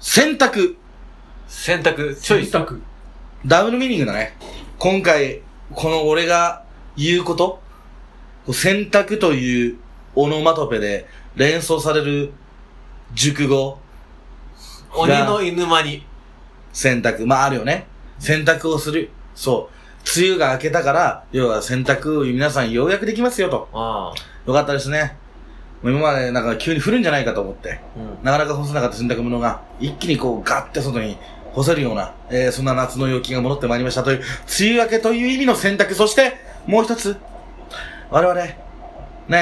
選択。選択、チョイ選ス。択。ダブルミーニングだね。今回、この俺が言うこと、選択というオノマトペで連想される熟語、鬼の犬間に。選択。まああるよね。選択をする。そう。梅雨が明けたから、要は選択を皆さんようやくできますよと。あよかったですね。もう今までなんか急に降るんじゃないかと思って、あ。うん。なかなか干せなかった洗濯物が、一気にこうガッて外に干せるような、えー、そんな夏の陽気が戻ってまいりましたという、梅雨明けという意味の洗濯、そして、もう一つ、我々、ね、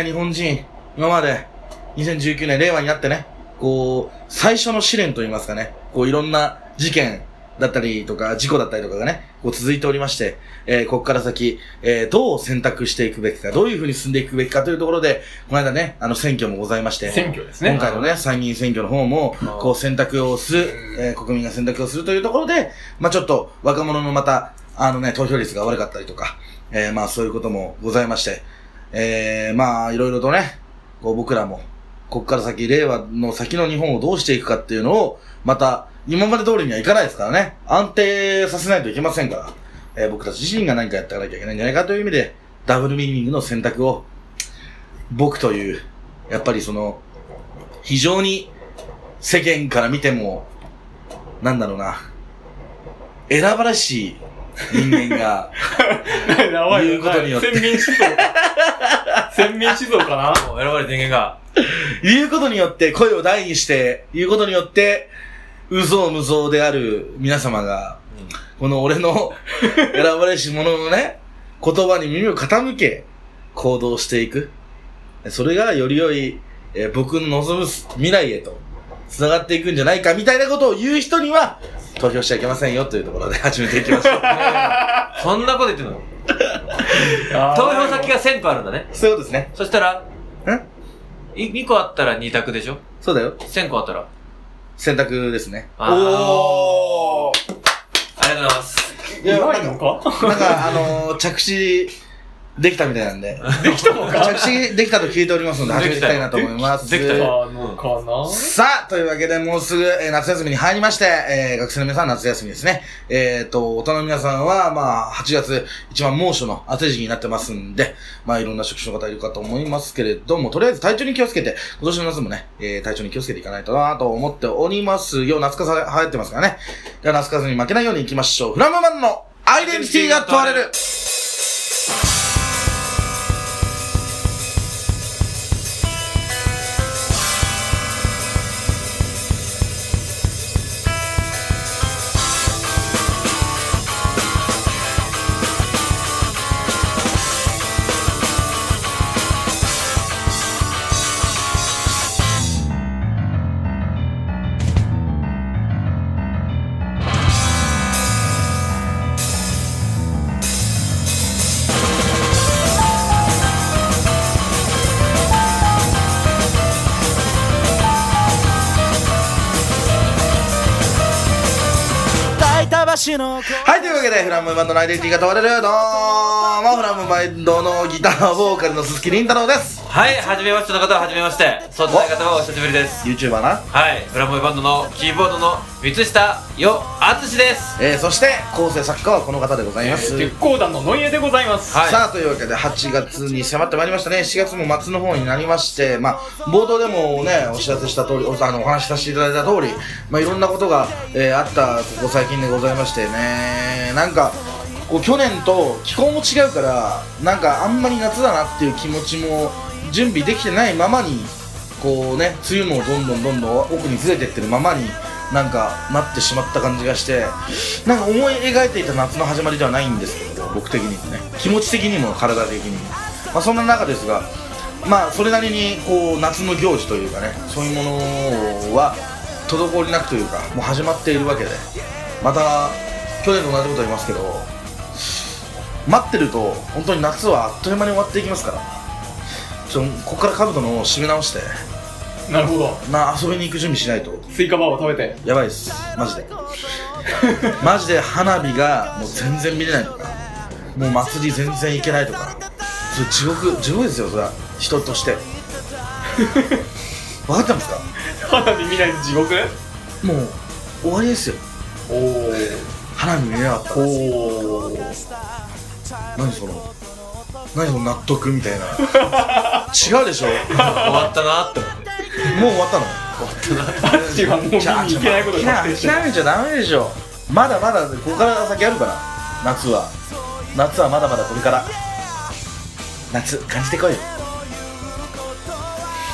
日本人、今まで、2019年、令和になってね、こう、最初の試練といいますかね、こういろんな事件だったりとか、事故だったりとかがね、こう続いておりまして、えーここから先、えーどう選択していくべきか、どういうふうに進んでいくべきかというところで、この間ね、あの選挙もございまして、選挙です今ね。回の ね、参議院選挙の方もあー、こう選択をする、えー国民が選択をするというところで、まあちょっと若者のまた、あのね、投票率が悪かったりとか、えーまあそういうこともございまして、えーまあいろいろとね、こう僕らも、ここから先、令和の先の日本をどうしていくかっていうのを、また、今まで通りにはいかないですからね、安定させないといけませんから、えー僕たち自身が何かやっていかなきゃいけないんじゃないかという意味で、ダブルミーニングの選択を、僕という、やっぱりその、非常に世間から見ても、なんだろうな、選ばれしい人間が、 やばい。言うことによって先民思想。先民思想かな選ばれた人間が、 言うことによって、声を大にして、言うことによって、有造無造である皆様が、この俺の選ばれし者のね、言葉に耳を傾け、行動していく。それがより良い、えー僕の望む未来へと、繋がっていくんじゃないか、みたいなことを言う人には、投票しちゃいけませんよ、というところで始めていきましょう。そんなこと言ってんの投票先が1000個あるんだね。そういうことですね。そしたら、んい ?2 個あったら2択でしょそうだよ。 ?1000 個あったら。選択ですね。あおーありがとうございます。いやうまいのかなんか、あのー、着地できたみたいなんで。できたのか着地できたと聞いておりますので、始めていきたいなと思います。できたよできたよのかなさあ、というわけで、もうすぐ、えー夏休みに入りまして、えー学生の皆さんは夏休みですね。えっ、と、大人の皆さんは、まあ、8月、一番猛暑の暑い時期になってますんで、まあ、いろんな職種の方いるかと思いますけれども、とりあえず体調に気をつけて、今年の夏もね、えー体調に気をつけていかないとなと思っておりますよ。夏風邪流行ってますからね。じゃあ、夏風邪に負けないように行きましょう。フラムマンのアイデンティティが問われる。はい、というわけで、フラムバンドのアイデンティティが問われる、どうも、フラムバンドのギターボーカルの鈴木凛太郎です。はい、はじめましての方ははじめまして。そんな方はお久しぶりです。 YouTuber な。はい、フラボイバンドのキーボードの三下よあつし です。えー、そして、構成作家はこの方でございます。鉄鋼団のノイエでございます。はい。さあというわけで8月に迫ってまいりましたね7月も末の方になりましてまあ冒頭でもねお知らせした通りおあのお話しさせていただいた通りまあいろんなことが、えーあったここ最近でございましてねなんかこう去年と気候も違うからなんかあんまり夏だなっていう気持ちも準備できてないままにこうね梅雨もどんどんどんどん奥にずれてってるままになんかなってしまった感じがしてなんか思い描いていた夏の始まりではないんですけど僕的にもね気持ち的にも体的にも、まあ、そんな中ですがまあそれなりにこう夏の行事というかねそういうものは滞りなくというかもう始まっているわけでまた去年と同じこと言いますけど待ってると本当に夏はあっという間に終わっていきますからちょっとここから兜の締め直してなるほど。な遊びに行く準備しないとスイカバーを食べて。やばいっすマジで マジで花火がもう全然見れないとかもう祭り全然行けないとかそれ地獄地獄ですよそれは人として 分かってますか花火見ないと地獄もう終わりですよおお花見見えなかったんですよおお何その何その納得みたいな違うでしょ終わったなって思ってもう終わったのあっちはもう見にじゃあ行けないことが諦確め定してる諦めちゃダメでしょまだまだここから先あるから夏は夏はまだまだこれから夏感じてこいよ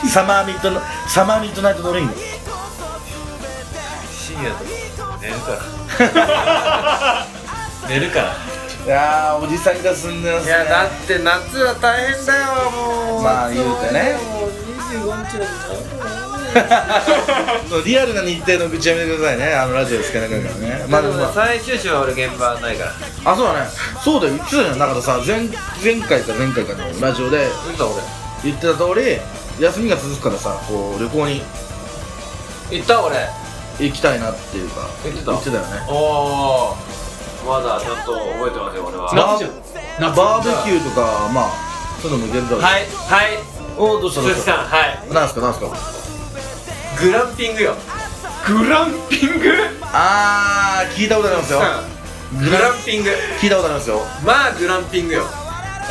サマーミッドナサマーミッドナイトドリーム深夜とか寝るから寝るからいやーおじさんがすんでますいやだって夏は大変だよもうまあ言うて ねもう25日だそうリアルな日程の愚痴やめてくださいねあのラジオですからねねまあまあででもまもねあ最終週は俺現場ないからあそうだねそうだよ言ってたじゃんだからさ前前回か前回かのラジオでうんだ俺言ってた通り休みが続くからさこう旅行に行った俺行きたいなっていうか言ってた言ってたよねおおまだちゃんと覚えてますよ俺はな夏じゃん夏バーベキューとかまあそういうのも全然いはいはいおどうしたどう鈴木したさんはいなんすかなんすかグランピングよグランピングあー聞いたことありますよさんグランピング聞いたことありますよまあグランピングよ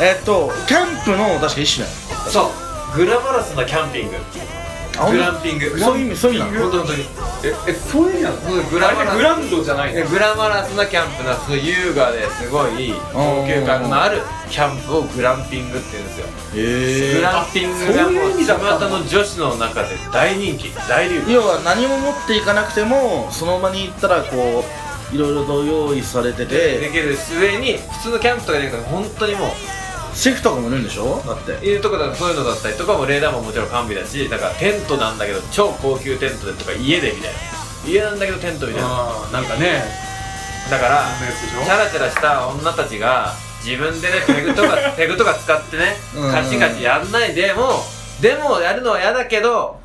えっとキャンプの確か一種だよそうグラマラスなキャンピングあほんグランピングそういう意味そういう意味なの本当本当にええそういう意味なのそうググララマラスグランドじゃないでのグラマラスなキャンプなすごい優雅ですごい高級感のあるキャンプをグランピングって言うんですよへグえランピングがもそういうう意味だ巷ったのの女子の中で大人気大流行要は何も持っていかなくてもその場に行ったらこういろいろと用意されてでてきる上に普通のキャンプとかじゃなくて本当にもシェフとかもいるんでしょだってういうとこだとそういうのだったりとかもレーダーももちろん完備だしだからテントなんだけど超高級テントでとか家でみたいな家なんだけどテントみたいなあーなんかねだからあのやつでしチャラチャラした女たちが自分でねペグ とかペグとか使ってねうんカチカチやんないでもでもやるのは嫌だけど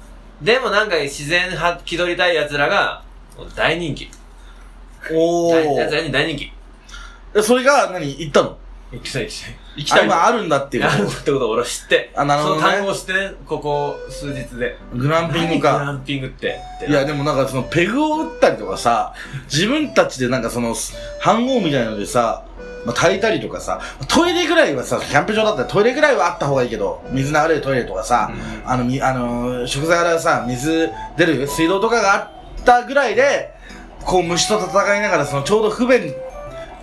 でもなんか自然派気取りたい奴らが大人気お大奴らに大人気おそれが何行ったの行きたい行きたい行きあたい今あるんだっていうやるんだってことを俺は知ってあなるほどねその単語を知ってねここ数日でグランピング何かグランピングってっていやでもなんかそのペグを打ったりとかさ自分たちでなんかその飯盒みたいなのでさ、まあ、炊いたりとかさトイレぐらいはさキャンプ場だったらトイレぐらいはあった方がいいけど水流れるトイレとかさ、あのみあのー食材洗うさ水出る水道とかがあったぐらいでこう虫と戦いながらそのちょうど不便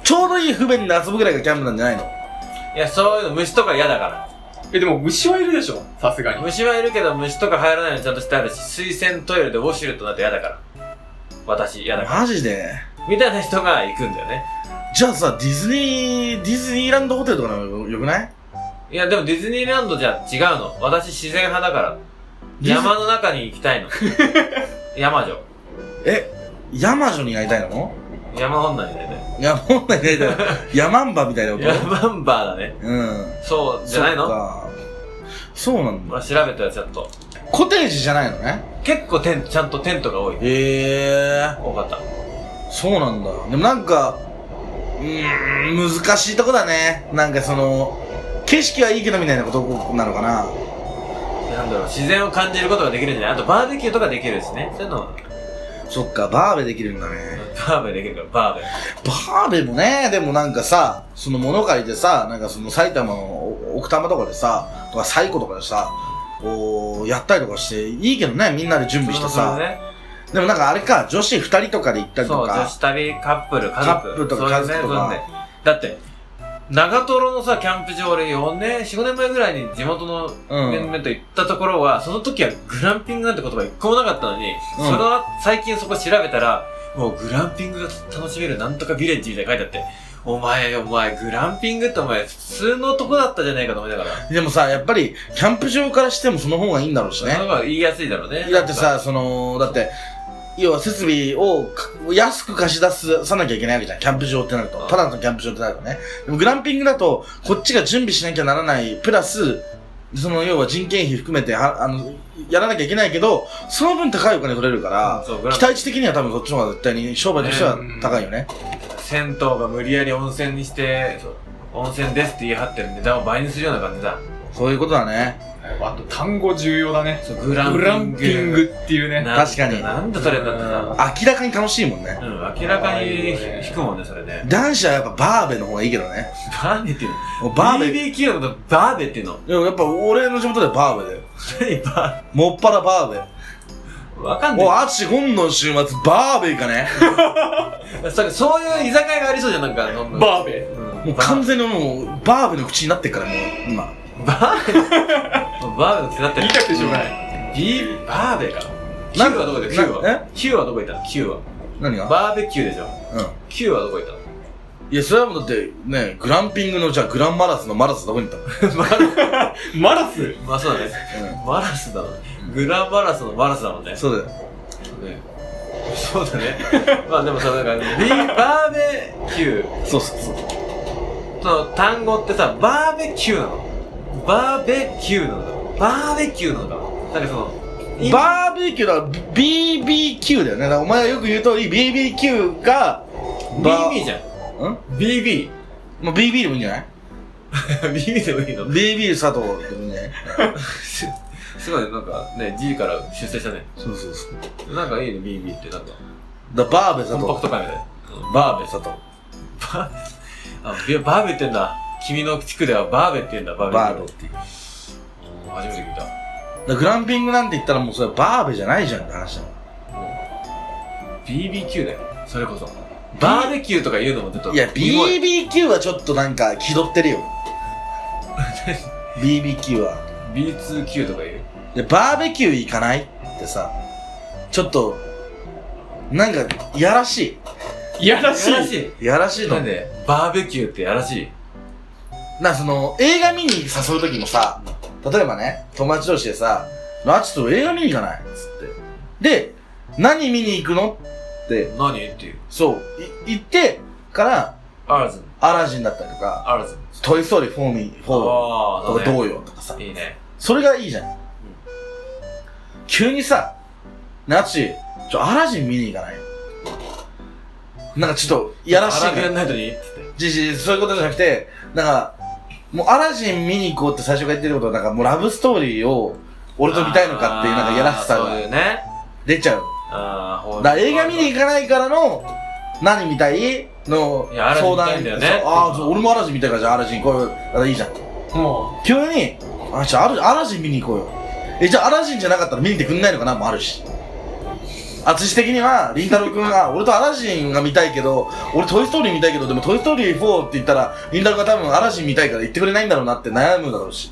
ちょうどいい不便で遊ぶぐらいがキャンプなんじゃないのいやそういうの虫とか嫌だからえでも虫はいるでしょさすがに虫はいるけど虫とか入らないようにちゃんとしてあるし水洗トイレでウォシュレットなんて嫌だから私嫌だからマジでみたいな人が行くんだよね。じゃあさディズニーディズニーランドホテルとかの方がよくないいや、でもディズニーランドじゃ違うの。私自然派だから。ディズ山の中に行きた いの。山女。え山女になりたいの山女になりたい。いや、もうね、 ヤマンバみたいなこと山ンバーだね。うん。そう、じゃないそっのかそうなんだ。俺調べたらちょっと。コテージじゃないのね。結構テント、ちゃんとテントが多い。へえ、多かった。そうなんだ。でもなんか、うーん、難しいとこだね。なんかその、景色はいいけどみたいなことなのかな。なんだろう、自然を感じることができるんじゃないあとバーベキューとかできるしね。そういうの、そっか、バーベできるんだね。バーベできるから、バーベ。バーベもね、でもなんかさ、その物借りてさ、なんかその埼玉の奥多摩とかでさ、とか西湖とかでさ、こう、やったりとかして、いいけどね、みんなで準備してそうさそう。ね。でもなんかあれか、女子二人とかで行ったりそとう、女か子、旅、カップル、家族。カップルとかそういうね家族とかそういうねだって、長瀞のさ、キャンプ場、俺4年、4、5年前ぐらいに地元のうん面々と行ったところは、その時はグランピングなんて言葉一個もなかったのに、うんその最近そこ調べたら、もうグランピングが楽しめるなんとかビレッジみたいなの書いてあって、お前、お前、グランピングってお前、普通のとこだったじゃないかと思いながら、でもさ、やっぱり、キャンプ場からしてもその方がいいんだろうしそのね方。が言いやすいだろうね。だってさ、その、だって、要は設備をか安く貸し出すさなきゃいけないわけじゃん。キャンプ場ってなるとう。んただのキャンプ場ってなるとね。でもグランピングだと、こっちが準備しなきゃならない、プラス、その要は人件費含めては、あの、やらなきゃいけないけど、その分高いお金取れるから、そう、グラン期待値的には多分そっちの方が絶対に商売としては高いよね。銭湯が無理やり温泉にして、温泉ですって言い張ってる値段を倍にするような感じだ。そういうことだね。あと単語重要だね。そうグランピンググランピングっていうね。なん確かになんでそれになってたの明らかに楽しいもんね。うん明らかに引くもんねそれね男子はやっぱバーベの方がいいけどね。バーベっていうのバーベ。 BBQ のことバーベっていうのでもやっぱ俺の地元ではバーベだよ。何バもっぱらバーベ。ーベわかんおい、なアチ今度の週末バーベ行かね。いそそういう居酒屋がありそうじゃんなんか飲むバーベ。うんもう完全にもうバーベの口になってっからもう今。バーベバーベの手だって言いるたくてしょうがない。ビーバーベかキュなんーはどこでキューはえキューはどこ行ったキューは何がバーベキューでしょうん。キューはどこ行ったのいや、それはもうだってね、グランピングのじゃあグランマラスのマラスどこに行ったマラスまあそうだねのマラスだなグランマラスのマラスだもんねうん。そうだよ。ねそうだ ねまあでもさなんかビバーベキューそうそうそう。その単語ってさバーベキューなのバーベキューなのバーベキューなのかなんかその今バーベキューだ、BBQ だよね。だからお前がよく言う通り、BBQ が、バ BB じゃんん BB まあ、BB でもいいんじゃない BB でもいいの ?BB 佐藤でもいいんじゃないす すごいなんかね G から出世したねそうそうそう。なんかいいね BB ってなんかだバーベ佐コ藤。ンパクト感みたいなうんバーベ佐藤。バーベあバーベって言うんだ君の地区ではバーベって言うんだババーーベベっってていう。だかうん初めて聞いたらグランピングなんて言ったらもうそれはバーベじゃないじゃんって話だもん。 BBQ だよそれこそバーベキューとか言うのもちょっといや、キモ BBQ はちょっとなんか気取ってる よ。BBQ は。 B2Q とか言うで、バーベキュー行かないってさ、ちょっと、なんか、いやらしいやらしい。やらしい。いやらしいいのなん。でバーベキューってやらしいな、その、映画見に誘う時もさ、例えばね、友達同士でさ、な、ちょっと映画見に行かないっつって。で、何見に行くのって、何っていうそう、い行ってから、アラズンアラジンだったりとか、アラズントイストーリー4み、4とあかあどうよとかさ、いいねそれがいいじゃん。急にさ、ナチ、ちょ、アラジン見に行かないなんかちょっと、やらしいアラねビアンナイトにっつってじじ、そういうことじゃなくて、なんか、もうアラジン見に行こうって最初から言ってることは、なんかもうラブストーリーを、俺と見たいのかっていう、なんかやらしさあーそういがうね出ちゃう。ああほだうから映画見に行かないからの、何見たいのいやアラジン相談。見たいんだよねそうああ、そう俺もアラジン見たいから、じゃあアラジン行こうよ。だからいいじゃん。も急に、あ、じゃあアラアラジン見に行こうよ。え、じゃあアラジンじゃなかったら見に行ってくんないのかなもあるし。あつし的には、りんたろうくん が、俺とアラジンが見たいけど、俺トイストーリー見たいけど、でもトイストーリー4って言ったら、りんたろうが多分アラジン見たいから行ってくれないんだろうなって悩むだろう し。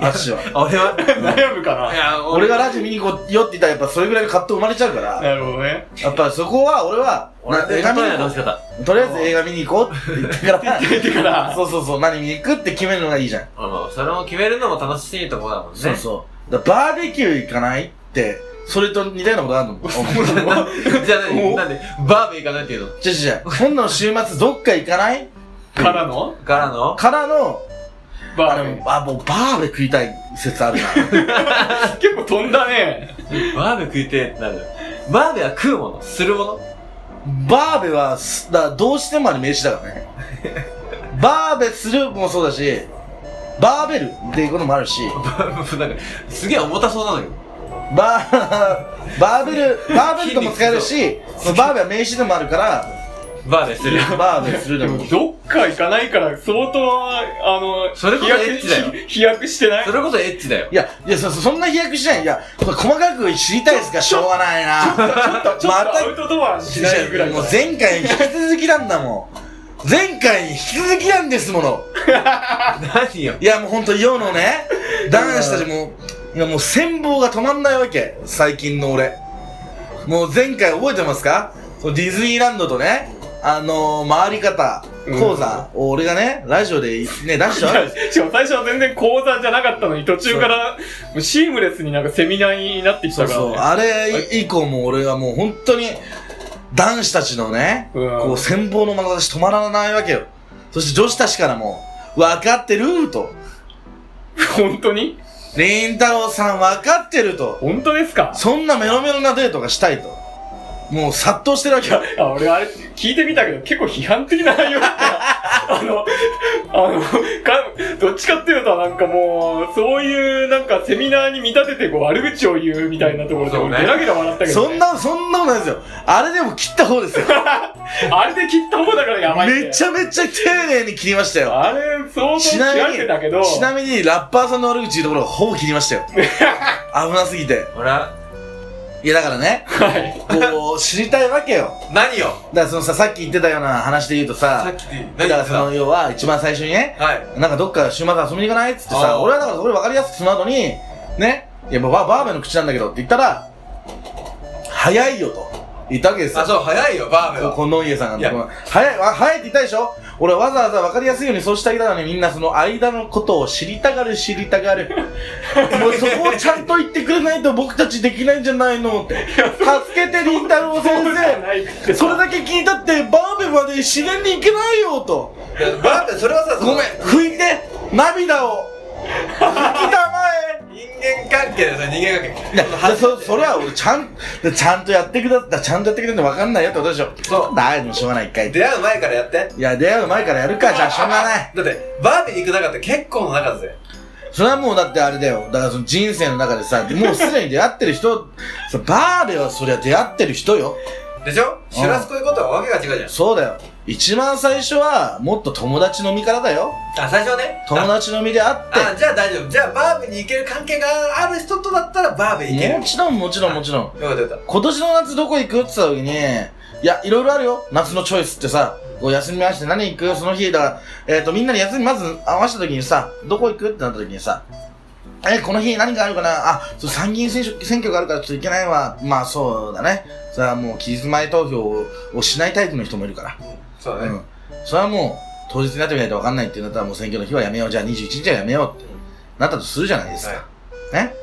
あつしは。俺は。う、悩むかな いや俺がアラジン見に行こうよって言ったら、やっぱそれぐらいの葛藤生まれちゃうから、なるほどね。 やっぱそこは俺は、俺な映映画画見見にない行直こし方う。とりあえず映画見に行こうって言ってから、言 ってから、そうそうそう、何見に行くって決めるのがいいじゃん。まあまあそれも決めるのも楽しいとこだもんねそうそう。だからバーベキュー行かないって、それと似たようなことあるのな じゃあお何なんでバーベ行かないっていうの違う違う違う。今度の週末どっか行かないからのからのからの、あバーれベ。も、あ、もうバーベ食いたい説あるな。結構飛んだね。バーベ食いてえってなるバーベは食うものするもの バーベはす、だからどうしてもあれ名詞だからね。バーベするもそうだし、バーベルっていうこともあるし、なんかすげえ重たそうなんだけどバー、バーベル、バーベルとも使えるし、そのバーベは名詞でもあるから、バーベするバーベするででもも、。どっか行かないから、相当、あの、それこそエッチだよ飛躍し飛躍してないそれこそエッチだよいや、いや、そ、そそんな飛躍しない。いや、これ細かく知りたいですかしょうがないな。ちょっまとたアウトドアしないぐらいもう 前回に引き続きなんだもん。前回に引き続きなんですもの。何よいや、もうほんと世のね、男子たちも、いや、もう戦望が止まんないわけ。最近の俺。もう前回覚えてますかそのディズニーランドとね、あのー、回り方、講座を俺がね、ラジオでね、出したわけですよいやしかも最初は全然講座じゃなかったのに途中からもうシームレスになんかセミナーになってきそたうから、そう。ね、あれ以降も俺はもう本当に、男子たちのね、うんこう、戦法の眼差し止まらないわけよ。そして女子たちからも、分かってると。本当にりんたろーさん分かってると。本当ですかそんなメロメロなデートがしたいと。 もう殺到してるわけよ。あ俺あれ聞いてみたけど結構批判的な内容だったあの、あの、か、どっちかっていうとなんかもう、そういうなんかセミナーに見立ててこう悪口を言うみたいなところで、そうね俺ゲラゲラ笑ったけど、ね。そんな、そんなことないですよ。あれでも切った方ですよ。あれで切った方だからやばいって。めちゃめちゃ丁寧に切りましたよ。あれ、相当ち切ならみれに、てたけど。ちなみにラッパーさんの悪口言うところがほぼ切りました よ。危なすぎて。ほら、いやだからね、はい。こう、知りたいわけよ。何よだからそのさ、さっき言ってたような話で言うとささっ、きでだか何言らってそたの要は一番最初にね、はい。なんかどっか週末遊びに行かないっつってあさ、ー俺はだからそれ分かりやすくその後に、ね、いやもうバーバーベンの口なんだけどって言ったら、早いよと言ったわけですよあ、。そう、早いよ、バーベこは。この家さんいがやこの早いわ早いって言ったでしょ俺わざわざ分かりやすいようにそうしてあげたのにみんなその間のことを知りたがる知りたが るもうそこをちゃんと言ってくれないと僕たちできないんじゃないのって助けてりんたろう先そうじゃ生ないって。それだけ聞いたってバーベまで自然に行けないよといやバーベそれはさ、そごのめん拭いて涙を拭きたまえ人間関係だよ、それ人間関係。いやそそれは俺ちゃんちゃんとやってくださいちゃんとやってくれって分かんないよってことでしょそうだいもうしょうがない一回出会う前からやって。いや、出会う前からやるか、じゃあしょうがない。だって、バーベに行く中って結構の中だぜ。それはもうだってあれだよ。だからその人生の中でさ、もうすでに出会ってる人、 そバーベはそりゃ出会ってる人よ。でしょシュラスコいうことはわけが違うじゃん。そうだよ。一番最初は、もっと友達飲みからだよ。あ、最初はね。友達飲みで会って、あ、じゃあ大丈夫。じゃあバーベに行ける関係がある人とだったらバーベ行ける。よもちろんもちろんもちろん。かったよかっ今年の夏どこ行くって言った時に、いや、いろいろあるよ。夏のチョイスってさ、こう休みまして何行くその日、だから、えっ、と、みんなに休みまず合わせた時にさ、どこ行くってなった時にさ、え、この日何があるかなあ、そう参議院選挙選挙があるからちょっといけないわ。まあそうだね。それはもう期日前投票ををしないタイプの人もいるかた。うんそうら。だうね。ん。それはもう、当日になってみないとわかんないってなったらもう選挙の日はやめよう。じゃあ21日はやめようってなったとするじゃないですか。はいね。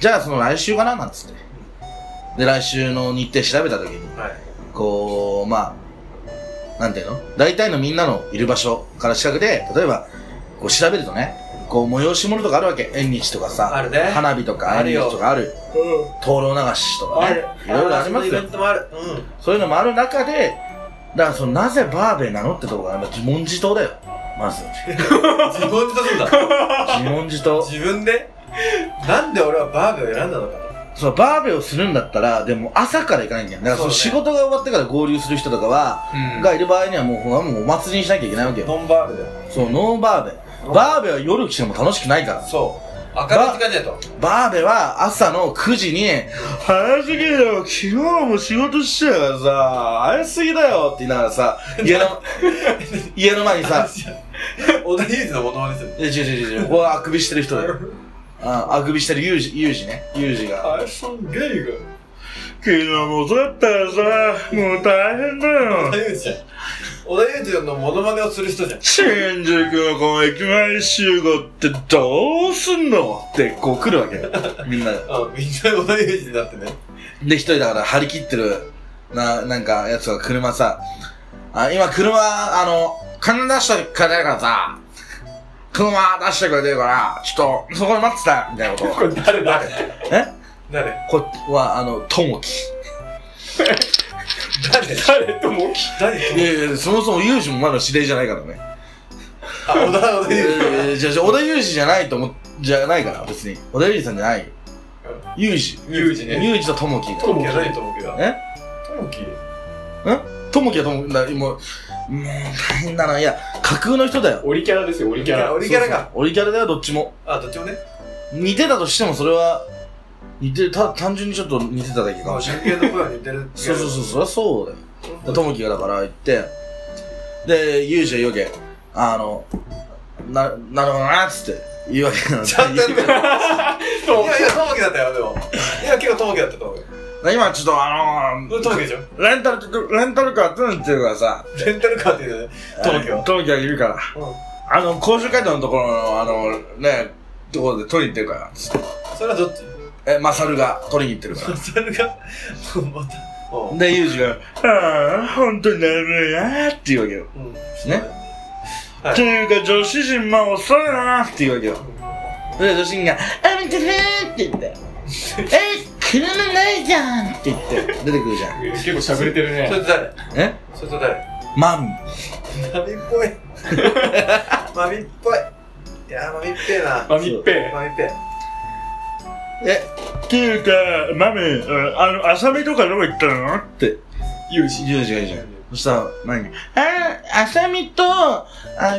じゃあその来週かななんつって。で、来週の日程調べた時に、はい。こう、まあ、なんていうの大体のみんなのいる場所から近くで、例えば、こう調べるとね、こう催し物とかあるわけ。縁日とかさ、あるね花火とか、あ縁る日よとかある。灯籠流しとかあねる。。いろいろありますよそのイベン。トもある。うん。そういうのもある中で、だからその、なぜバーベなのってとこが、自問自答だよ。まず。自分で出すんだ。自問自答。 自分でなんで俺はバーベを選んだのかと。そう、バーベをするんだったら、でも朝から行かないんだよ。だからそのそ仕うだね事が終わってから合流する人とかは、うんがいる場合にはもう、ほらもうお祭りにしなきゃいけないわけよ。ノンバーベだよ。そう、ノーバーベ。バーベは夜来ても楽しくないから。そう。明るい時間じゃないと。バーベは朝の9時に、早すぎだよ、昨日も仕事してたからさ、早すぎだよって言いながらさ、家 の、家の前にさ、 小田裕二のモノマネする。いや違う違う違う違う、ここはあくびしてる人だよ。ああくびしてるユージ、ユージね。ユージが。あれ、そんゲイが。昨日もそうだったらさ、もう大変だ小よ田。裕二じゃん。小田裕二のモノマネをする人じゃん。新宿のこの駅前集合ってどうすんのってこう来るわけよ。みんなで。あ、みんな小田裕二になってね。で、一人だから張り切ってる、な、なんか、やつが車さ、あ、今車、あの、金出してくれてるからさ、車出してくれてるから、ちょっと、そこで待ってたよみたいなことをこれ誰だえ誰これは、あの、ともき。誰誰ともき誰いやいや、そもそも有志もまだ指令じゃないからね。あ、小田小田いや裕いやいやじゃあ、じゃあ、小田有志じゃないと思っ、じゃないから、別に。小田有志さんじゃないよ。有志。二。裕二ね。有志とともきが。トモキは何トモキだえトモキともきはともき、だもう、もう大変だな。いや、架空の人だよ。オリキャラですよ、オリキャラ。オリキャラそうが。そう。オリキャラだよ、どっちも。あ、どっちもね。似てたとしてもそれは似てるた単純にちょっと似てただけかあもしれない人間の声は似てる。そうそうそうそりゃそうだようでん。トモキがだから行ってでユージは言うわけあのななるほどなっつって言うわけなんでちゃんとやってる。いともやいや、トモキだったよ、でも。いや、結構トモキだった、トモキ。今ちょっとあのトモキでしょレンタルレンタルカーってのに行ってるからさレンタルカーっていうのね、トモキは。トモキがいるからうあの甲州街道のところのあのねところで取りに行ってるからつってん。それはどっちえマサルが取りに行ってるからそれが、もうまた。うんでユージが「ああ本当になるな」って言うわけようん。ねっていうか女子陣まあ遅いなって言うわけよで女子陣が「あ見てる!」って言って「え車ないじゃん!」って言って出てくるじゃん結構しゃべれてるそね。れと誰えそれと誰マミ ナミっぽい。マミっぽい。いやー、マミっぺえな。まみっぺえ。マミっぺえ。え、っていうか、マミ、あの、浅見とかどこ行ったのって。ユージ。違う違う違う。そしたら、何あ、浅見と、あ、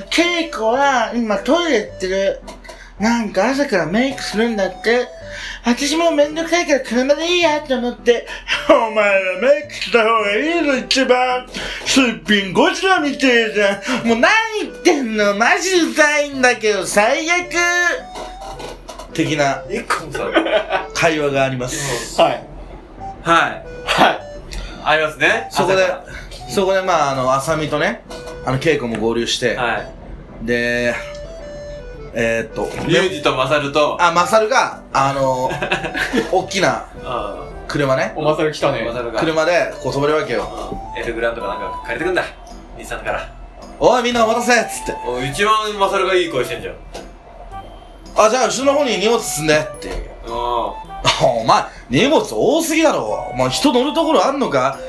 稽古は今トイレ行ってる。なんか朝からメイクするんだって。私もうめんどくさいから車でいいやって思って。お前らメイクした方がいいの一番。すっぴんゴジラ見てるじゃん。もう何言ってんのマジうざいんだけど最悪的な一個もさ、会話があります。はい。はい。はい。ありますね。そこで朝か、そこでまあ、あの、浅見とね、あの、稽古も合流して、らはい。で、えー、っと、リュウジとマサルと、あ、マサルが、あの、 大きなうん。車ね、おまさる来たねマ。サルが、車でこう止めるわけよ。うんエルグランドかなんか借りてくんだ。日産から。おい、みんなお待たせっつって。お一番マサルがいい声してんじゃん。うん。あ、じゃあ、後ろの方に荷物積んでっていう。あ お前、荷物多すぎだろ。お前、人乗るところあんのか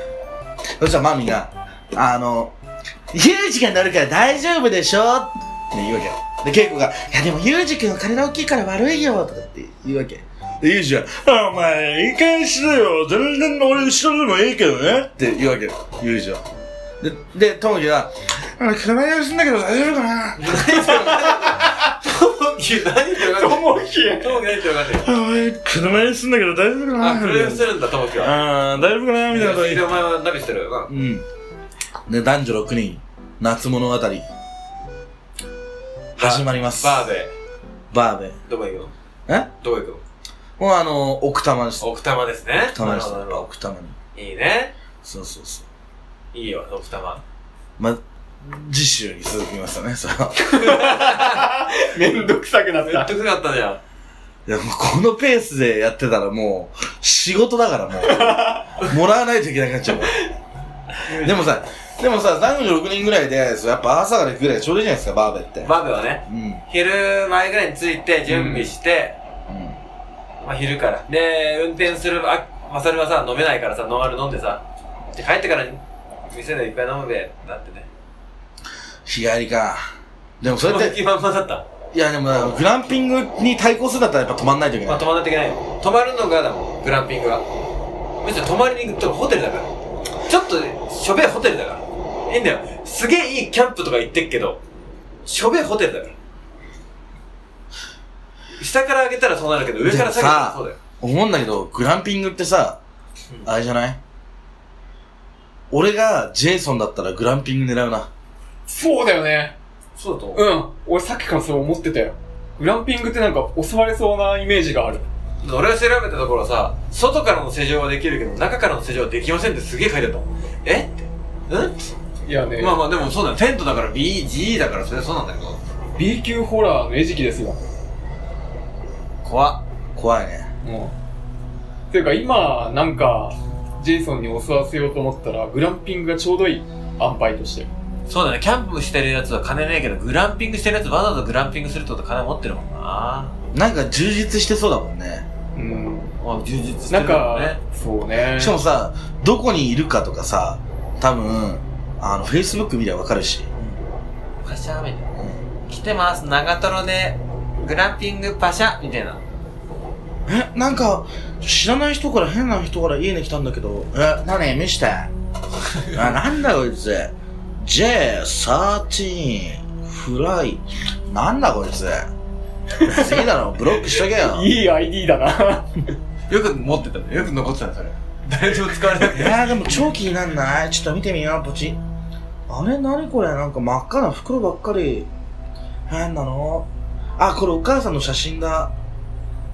そしたら、まあみんな、あの、ユージが乗るから大丈夫でしょって言うわけよ。で、ケイコが、いやでもユージ君は体大きいから悪いよとかって言うわけ。で、ユージは、あお前、いい加減しろよ。全然俺後ろでもいいけどね。って言うわけよ。ユージは。で、で、トムキが、あ車用すんだけど大丈夫かな トモキ、何言ってるかとんない。もひえ。トモキ何言ってるかんない。あお前、車用すんだけど大丈夫かあ、クレームしてるんだ、トモキは。あー、大丈夫かないみたいなや、こと言ってお前は何してるうん。うん。で、男女6人、夏物語。始まります。バーで、バーベ。どこ行くのえどこ行くのもうあの、奥多摩です。奥多摩ですね。奥多摩です。なるほどなるほ奥多摩に。どいいね。そうそうそう。いいよ、奥多摩。ま、次週に続きましたね、それは。めんどくさくなっめっちゃた。くかったじゃいん。や、もうこのペースでやってたらもう、仕事だから もう、もらわないといけなくなっちゃうからでもさ、でもさ、男女6人ぐらいで、そうやっぱ朝から行くぐらいちょうどいいじゃないですか、バーベって。バーベはね、うん。うん。昼前ぐらいに着いて準備して、まあ昼から。で、運転する、あ、マサルはさ、飲めないからさ、ノンアル飲んでさ、で帰ってから店でいっぱい飲むべ、なってね。日帰りか。でもそれそのって、気満々だった。いやでもなグランピングに対抗するんだったらやっぱ止まんないといけまなあい。泊まらないといけないよ。泊まるのがだもん、グランピングは。むしろ泊まりに行くとホテルだから。ちょっと、しょべえホテルだから。いいんだよ。すげえいいキャンプとか行ってっけど、しょべえホテルだから。下から上げたらそうなるけど、上から下げたらそうだよ。思うんだけど、グランピングってさ、うんあれじゃない俺がジェイソンだったらグランピング狙うな。そうだよね。そうだと思う。うん。俺さっきからそう思ってたよ。グランピングってなんか襲われそうなイメージがある。俺が調べたところさ、外からの施錠はできるけど、中からの施錠はできませんってすげえ書いてあったもん。えって。ういやね、んまあまあでもそうだよ。テントだから BG だからそれはそうなんだけど。 B 級ホラーの餌食ですよ。怖っ。怖いね。もう。ていうか今、なんか、ジェイソンに襲わせようと思ったら、グランピングがちょうどいい。安牌として。そうだね。キャンプしてるやつは金ねえけど、グランピングしてるやつわざわざグランピングするってこと金持ってるもんな。なんか充実してそうだもんね。うん。あ、充実してなんるもんか、ね。そうね。しかもさ、どこにいるかとかさ、多分、あの、Facebook 見りゃわかるし。パシャーみたいな。うん来てます。長瀞で、グランピングパシャみたいな。え、なんか、知らない人から変な人から家に来たんだけど、え、何見して。 あ、なんだこいつ。J13 フライ。なんだこいつ。別にいいだろ、ブロックしとけよ。いいい ID だな。よく持ってたね。よく残ってたね、それ。誰にも使われなく て。やーでも超気になんないちょっと見てみよう、ポチ。あれ、なにこれなんか真っ赤な袋ばっかり。変なのあ、これお母さんの写真だ。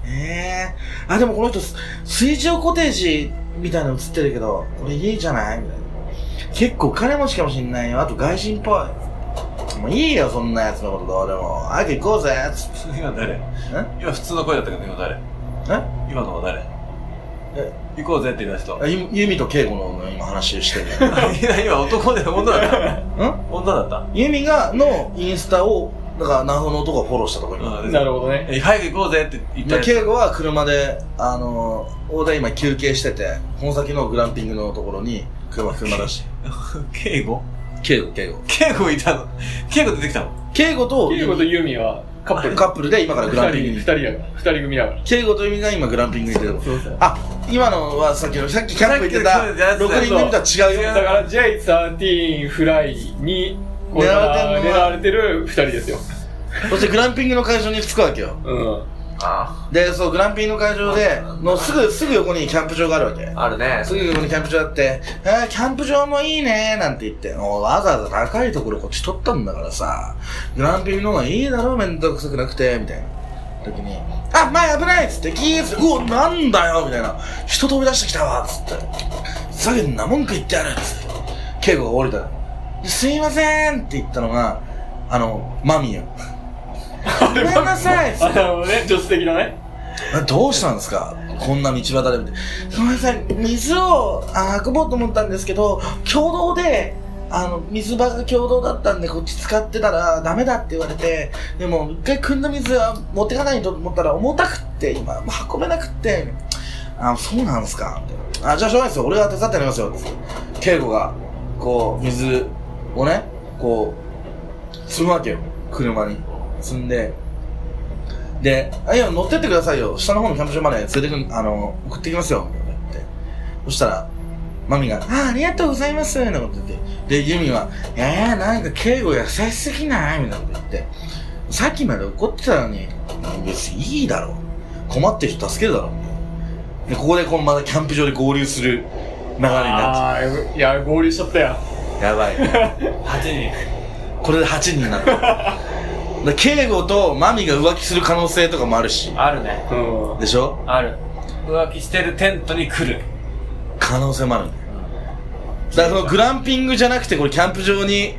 ええー。あ、でもこの人、す水上コテージみたいなの写ってるけど、これ家じゃないみたいな。結構金持ちかもしんないよ。あと外人っぽい。もういいよ、そんなやつのことどうでも。あけ行こうぜ。つって今誰今普通の声だったけど、今誰え今のは誰え行こうぜって言った人 あゆゆみとけいこの今話をしてる。今男で女だっんた女だったユミがのインスタをだからナフの男がフォローしたところうん なるほどね。え早く行こうぜって言にったでやつ圭吾は車であのー大田今休憩しててこの先のグランピングのところに車車出して敬語敬語、敬語。ケイゴいたの。ケイゴ出てきたの。敬語と、キリコとユーミンはカップルカップルで今からグランピング二に。人二人だから二人組だから敬語とユミが今グランピングに行ってる。そうそうあ、今のはさっきの、さっきキャンプ行ってたさっきのやつだ6人組とは違うだよ。から J13 フライにこれから狙狙わわれてる2人ですよ、そしてグランピングの会場に着くわけよ。うん、あで、そう、グランピングの会場で、のすぐ、すぐ横にキャンプ場があるわけ。あ。あるね。すぐ横にキャンプ場あって、えー、キャンプ場もいいねなんて言って、おわざわざ高いところこっち取ったんだからさ、グランピングの方がいいだろ、めんどくさくなくて、みたいな。時に、あ、前危ないっつって、キーっつって、うお、なんだよみたいな。人飛び出してきたわっつって。ふざけんな、文句言ってやるっつって。ケイゴが降りたの。ですいませんって言ったのが、あの、マミよ。ごめんなさいっつってあのね女子的なねあどうしたんですかこんな道端で見て。すみません、水をあ運ぼうと思ったんですけど、共同で、あの、水場が共同だったんで、こっち使ってたらダメだって言われて、でも、一回汲んだ水は持ってかないと思ったら重たくって、今、運べなくって、あ、そうなんですかみたいなあ、じゃあしょうがないですよ。俺が手伝ってやりますよ。つってケイゴが、こう、水をね、こう、積むわけよ。車に。積んで、で、あ、いや、乗ってってくださいよ。下の方のキャンプ場まで連れてくん、あの、送ってきますよ。みたいな言って。そしたら、マミが、あ、ありがとうございます。なんてこと言って。で、ユミは、いやいや、なんか、敬語優しすぎないみたいなこと言って。さっきまで怒ってたのに、別にいいだろ。困ってる人助けるだろ。みたいなで、ここで、このまたキャンプ場で合流する流れになっあーいや合流しちゃったよちゃう。やばい。 8人。これで8人になった。で、敬語とマミが浮気する可能性とかもあるし。あるね。うんでしょある。浮気してるテントに来る。可能性もあるんだよだからそのグランピングじゃなくてこれキャンプ場に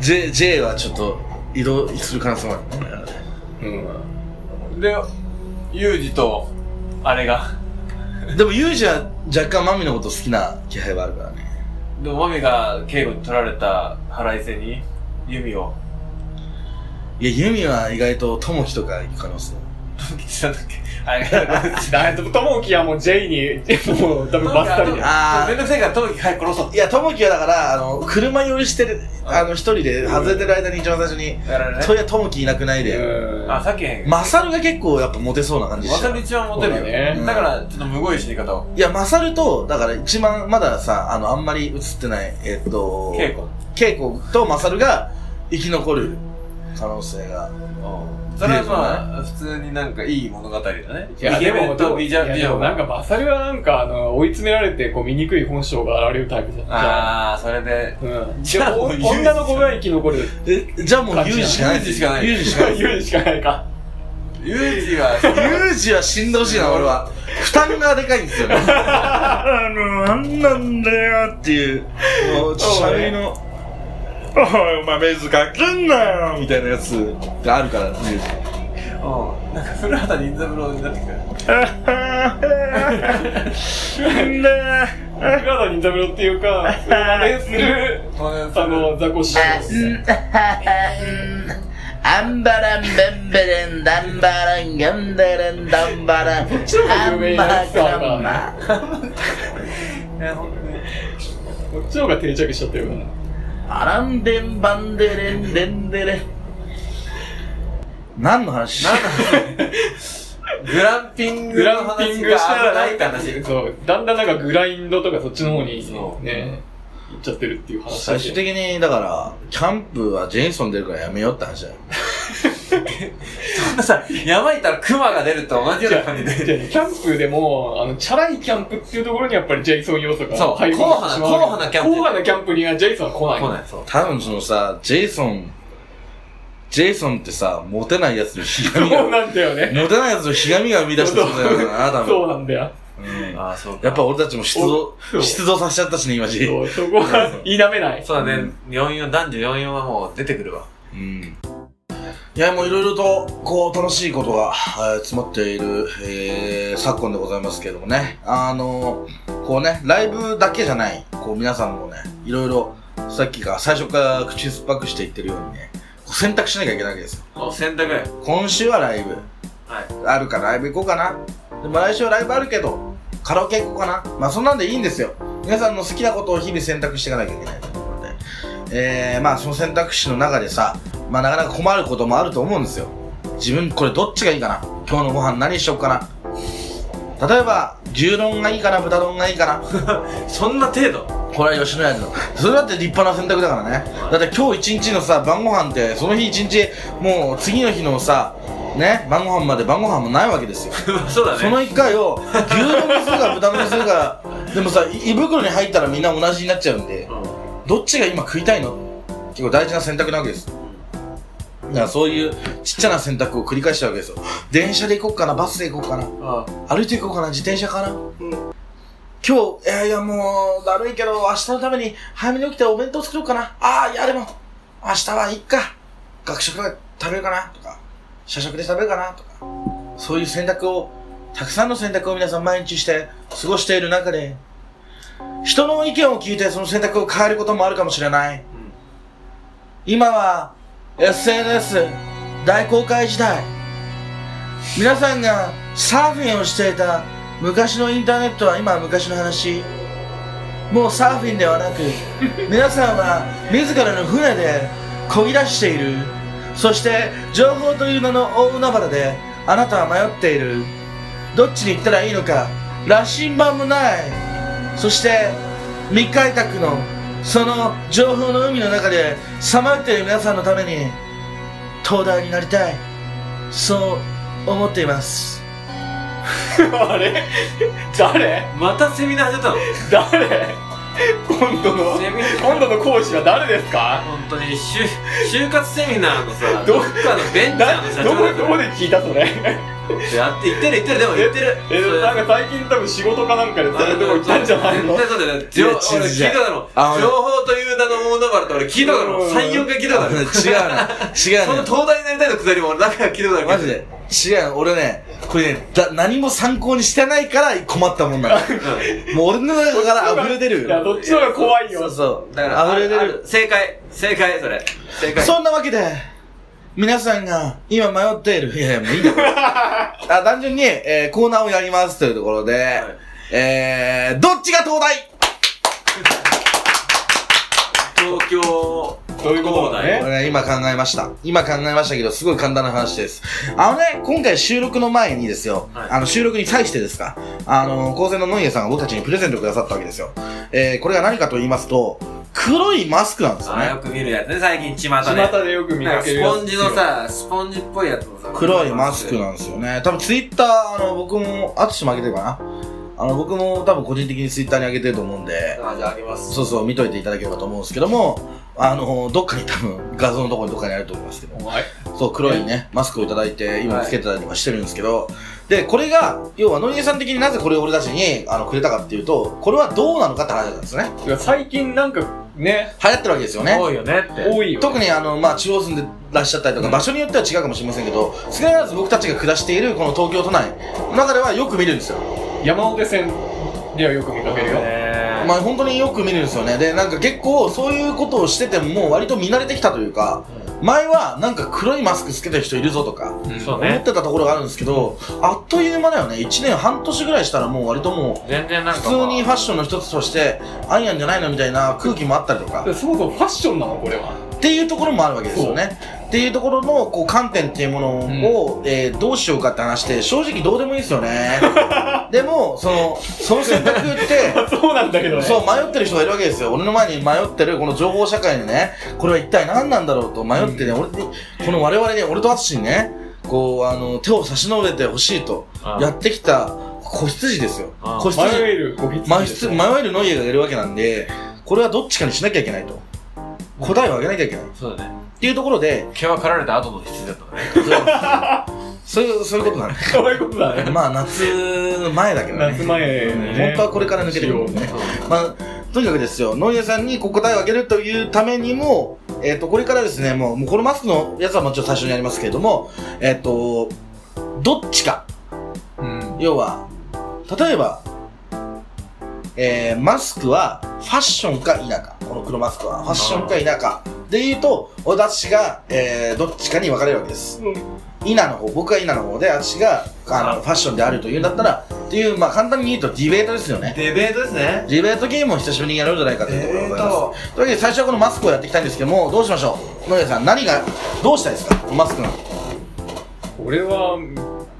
J, J はちょっと移動する可能性もあるねで、ユージと、あれが。でもユージは若干マミのこと好きな気配はあるからねでも、マミが警護に取られた腹いせに、弓を。いやユミは意外と友樹とか行く可能性どうしたんだっけあれだとともきはもう J にもう多分バッサリだよあーめんどくさいから、トムキ早く殺そう。いや友樹はだからあの車寄りしてるあの一人で外れてる間に一番最初にやら「れねそ。りゃ友樹いなくないで」うんあ、さっきへん。マサルが結構やっぱモテそうな感じしわたさび一番モテるよそうだねだから、ちょっとむごい死に方を。いやマサルとだから一番まださあのあんまり映ってないえっと稽古。稽古とマサルが生き残る可能性がそれはまあ、普通になんかいい物語だね。いやイケでメもンと美女、いや美で女もなんかが。バサリはなんかあの追い詰められてこう醜い本性が現れるタイプじゃんあー、それで。うん、じゃあおもうユージじゃん女の子が生き残るえじゃあもうユージしかないユージしかないユージしかないユージしかないかユージは、ユージは死んでほしいな俺は負担がでかいんですよね あのなんなんだよっていうもうしゃべりの「おいお前ベースかけんなよ」みたいなやつがあるからユージうん。なんか、古畑任三郎になってきたよ。ガーダにダメろっていうか、それを真似する、あの、ザコシショウアンバランベンベレンダンバランギャンデレンダンバランアンちの方が有名なやつだなバランマいや、ほんとに。こっちの方が定着しちゃったよな。アランデンバンデレンデンデレン何の話グランピンググのランピ話ングしたがら危ないって話。そう、だんだんなんかグラインドとかそっちの方にそうね、行っちゃってるっていう話だ最し終的にだからキャンプはジェイソン出るからやめようって話だよそんなさ、山行ったらクマが出ると同じようじなゃあ感じじで。ゃあキャンプでも、あの、チャラいキャンプっていうところにやっぱりジェイソン要素がそう入り込んでしま硬派な硬派なキャンプ硬派なキャンプにはジェイソンは来来ない。ない、そう。多分そのさジェイソンジェイソンってさモテないやつのひがみそうがなんだよね。モテないやつのひがみが生み出した存在なんだな多分そうなんだよ。うんああ、そうか。やっぱ俺たちも出動お出動させちゃったしね今時そう、そこは否めない。そうだね、44、男女44はもう出てくるわ。うんいやもういろいろとこう楽しいことが、えー詰まっている、えー昨今でございますけれどもねあのこうねライブだけじゃないこう皆さんもねいろいろさっきから最初から口酸っぱくして言ってるようにねこう選択しなきゃいけないわけですよお、洗濯や。今週はライブ、はいあるからライブ行こうかなでも来週はライブあるけどカラオケ行こうかなまあそんなんでいいんですよ皆さんの好きなことを日々選択していかなきゃいけないと思うのでえーまあその選択肢の中でさ、まあなかなか困ることもあると思うんですよ。自分これどっちがいいかな今日のご飯何しよっかな例えば、牛丼がいいかな豚丼がいいかな そんな程度これは吉野家のそれだって立派な選択だからねだって今日一日のさ晩ご飯ってその日一日もう次の日のさね晩ご飯まで晩ご飯もないわけですよそうだねその1回を牛丼にするか豚丼にするかでもさ胃袋に入ったらみんな同じになっちゃうんでうどっちが今食いたいの結構大事な選択なわけですだからそういうちっちゃな選択を繰り返したわけですよ電車で行こうかなバスで行こうかなんあ歩いていこうかな自転車かな、今日いやいやもうだるいけど明日のために早めに起きてお弁当作ろうかなああいやでも明日はいっか学食で食べるかなとか社食で食べるかなとかそういう選択をたくさんの選択を皆さん毎日して過ごしている中で人の意見を聞いてその選択を変えることもあるかもしれない、今は SNS 大公開時代皆さんがサーフィンをしていた昔のインターネットは今は昔の話もうサーフィンではなく皆さんは自らの船で漕ぎ出しているそして情報という名の大海原であなたは迷っているどっちに行ったらいいのか羅針盤もないそして未開拓のその情報の海の中でさまっている皆さんのために東大になりたいそう思っていますあれ誰またセミナー始めたの誰今度のセミ今度の講師は誰ですか本当に就就活セミナーのさ どどっかのベンチャーだの社どこ長どこで聞いたそれやって言ってる言ってるでも言ってるえなんか最近多分仕事かなんかでそういうとこ行ったんじゃないの絶対そうだよね情いや地俺図じ聞ゃいただろあ俺情報という名の大海原って俺聞いただろうん34回聞いただろ違うね違 そうねの東大になりたいのくだりも俺何回か聞いただろマジ で違う俺ねこれねだ何も参考にしてないから困ったもんなの もう俺の中から溢れ出るいやどっちの方が怖いよそうそうだからあ溢れあ出るる正解正解それ正解そんなわけで、皆さんが今迷っている、いやいや、もうい いんだよあ単純に、えーコーナーをやりますというところで、いえー、どっちが東大東京そういうことだねこれね今考えました。今考えましたけど、すごい簡単な話です。あのね、今回収録の前にですよ、はいあの収録に対してですか、あの、高専のノイエさんが僕たちにプレゼントをくださったわけですよ。えー、これが何かと言いますと、黒いマスクなんですよあねよ。く見るやつね最近巷で巷でよく見なんかかけスるやつポンジのさスポンジっぽいやつのさ黒いマスクなんですよね。多分ツイッター、あの、僕も、あつしもあげてるかな。あの、僕も多分個人的にツイッターにあげてると思うんで、あじゃああげますそうそう見といていただければと思うんですけども、あの、どっかに多分、画像のところにどっかにあると思いますけどお、前そう、黒いね、マスクをいただいて、今つけてたりとかしてるんですけど、で、これが、要は、ノリエさん的になぜこれを俺たちに、あの、くれたかっていうと、これはどうなのかって話なんですね。いや最近なんかね流行ってるわけですよね。多いよねって多いよ特にあの、まあ、地方住んでらっしゃったりとか、場所によっては違うかもしれませんけど少なからず僕たちが暮らしているこの東京都内の中ではよく見るんですよ、山手線ではよく見かけるよねまあ、本当によく見るんですよねでなんか結構そういうことをしててももう割と見慣れてきたというか前はなんか黒いマスクつけてる人いるぞとかそう思ってねたところがあるんですけどあっという間だよね1年半年ぐらいしたらもう割ともう全然なんか普通にファッションの一つとしてあんやんじゃないのみたいな空気もあったりとかそもそもファッションなのこれはっていうところもあるわけですよね。っていうところのこう観点っていうものを、えーどうしようかって話で正直どうでもいいですよ ね。でもそのその選択ってそうなんだけどねそう迷ってる人がいるわけですよ俺の前に迷ってるこの情報社会にねこれは一体何なんだろうと迷ってね、俺にこの我々ね俺と淳にねこうあの手を差し伸べてほしいとああやってきた子羊ですよああ子羊迷えるごき迷い迷えるノイエがいるわけなんでこれはどっちかにしなきゃいけないと答えをあげなきゃいけないっそうだねていうところで毛は刈られた後の羊だったからねそういう、そういうことなんそういうこと だだ。ねまあ、夏前だけどね。夏前にね本当はこれから抜けてくるんでね。まあ、とにかくですよ、農家さんにこう答えをあげるというためにも、えっ、と、これからですね、もう、もうこのマスクのやつはもちろん最初にやりますけれども、えっ、と、どっちか。うん要は、例えば、えー、マスクはファッションか否か。この黒マスクはファッションか否か。で言うと、私が、えー、どっちかに分かれるわけです。うんイナの方僕はイナの方で私があのファッションであるというんだったらっていう、まあ簡単に言うとディベートですよね。デベートですね。ディベートゲームを久しぶりにやろうじゃないかというところでございます。というわけで最初はこのマスクをやっていきたいんですけども、どうしましょう野家さん、何が、どうしたいですかマスクの。俺は、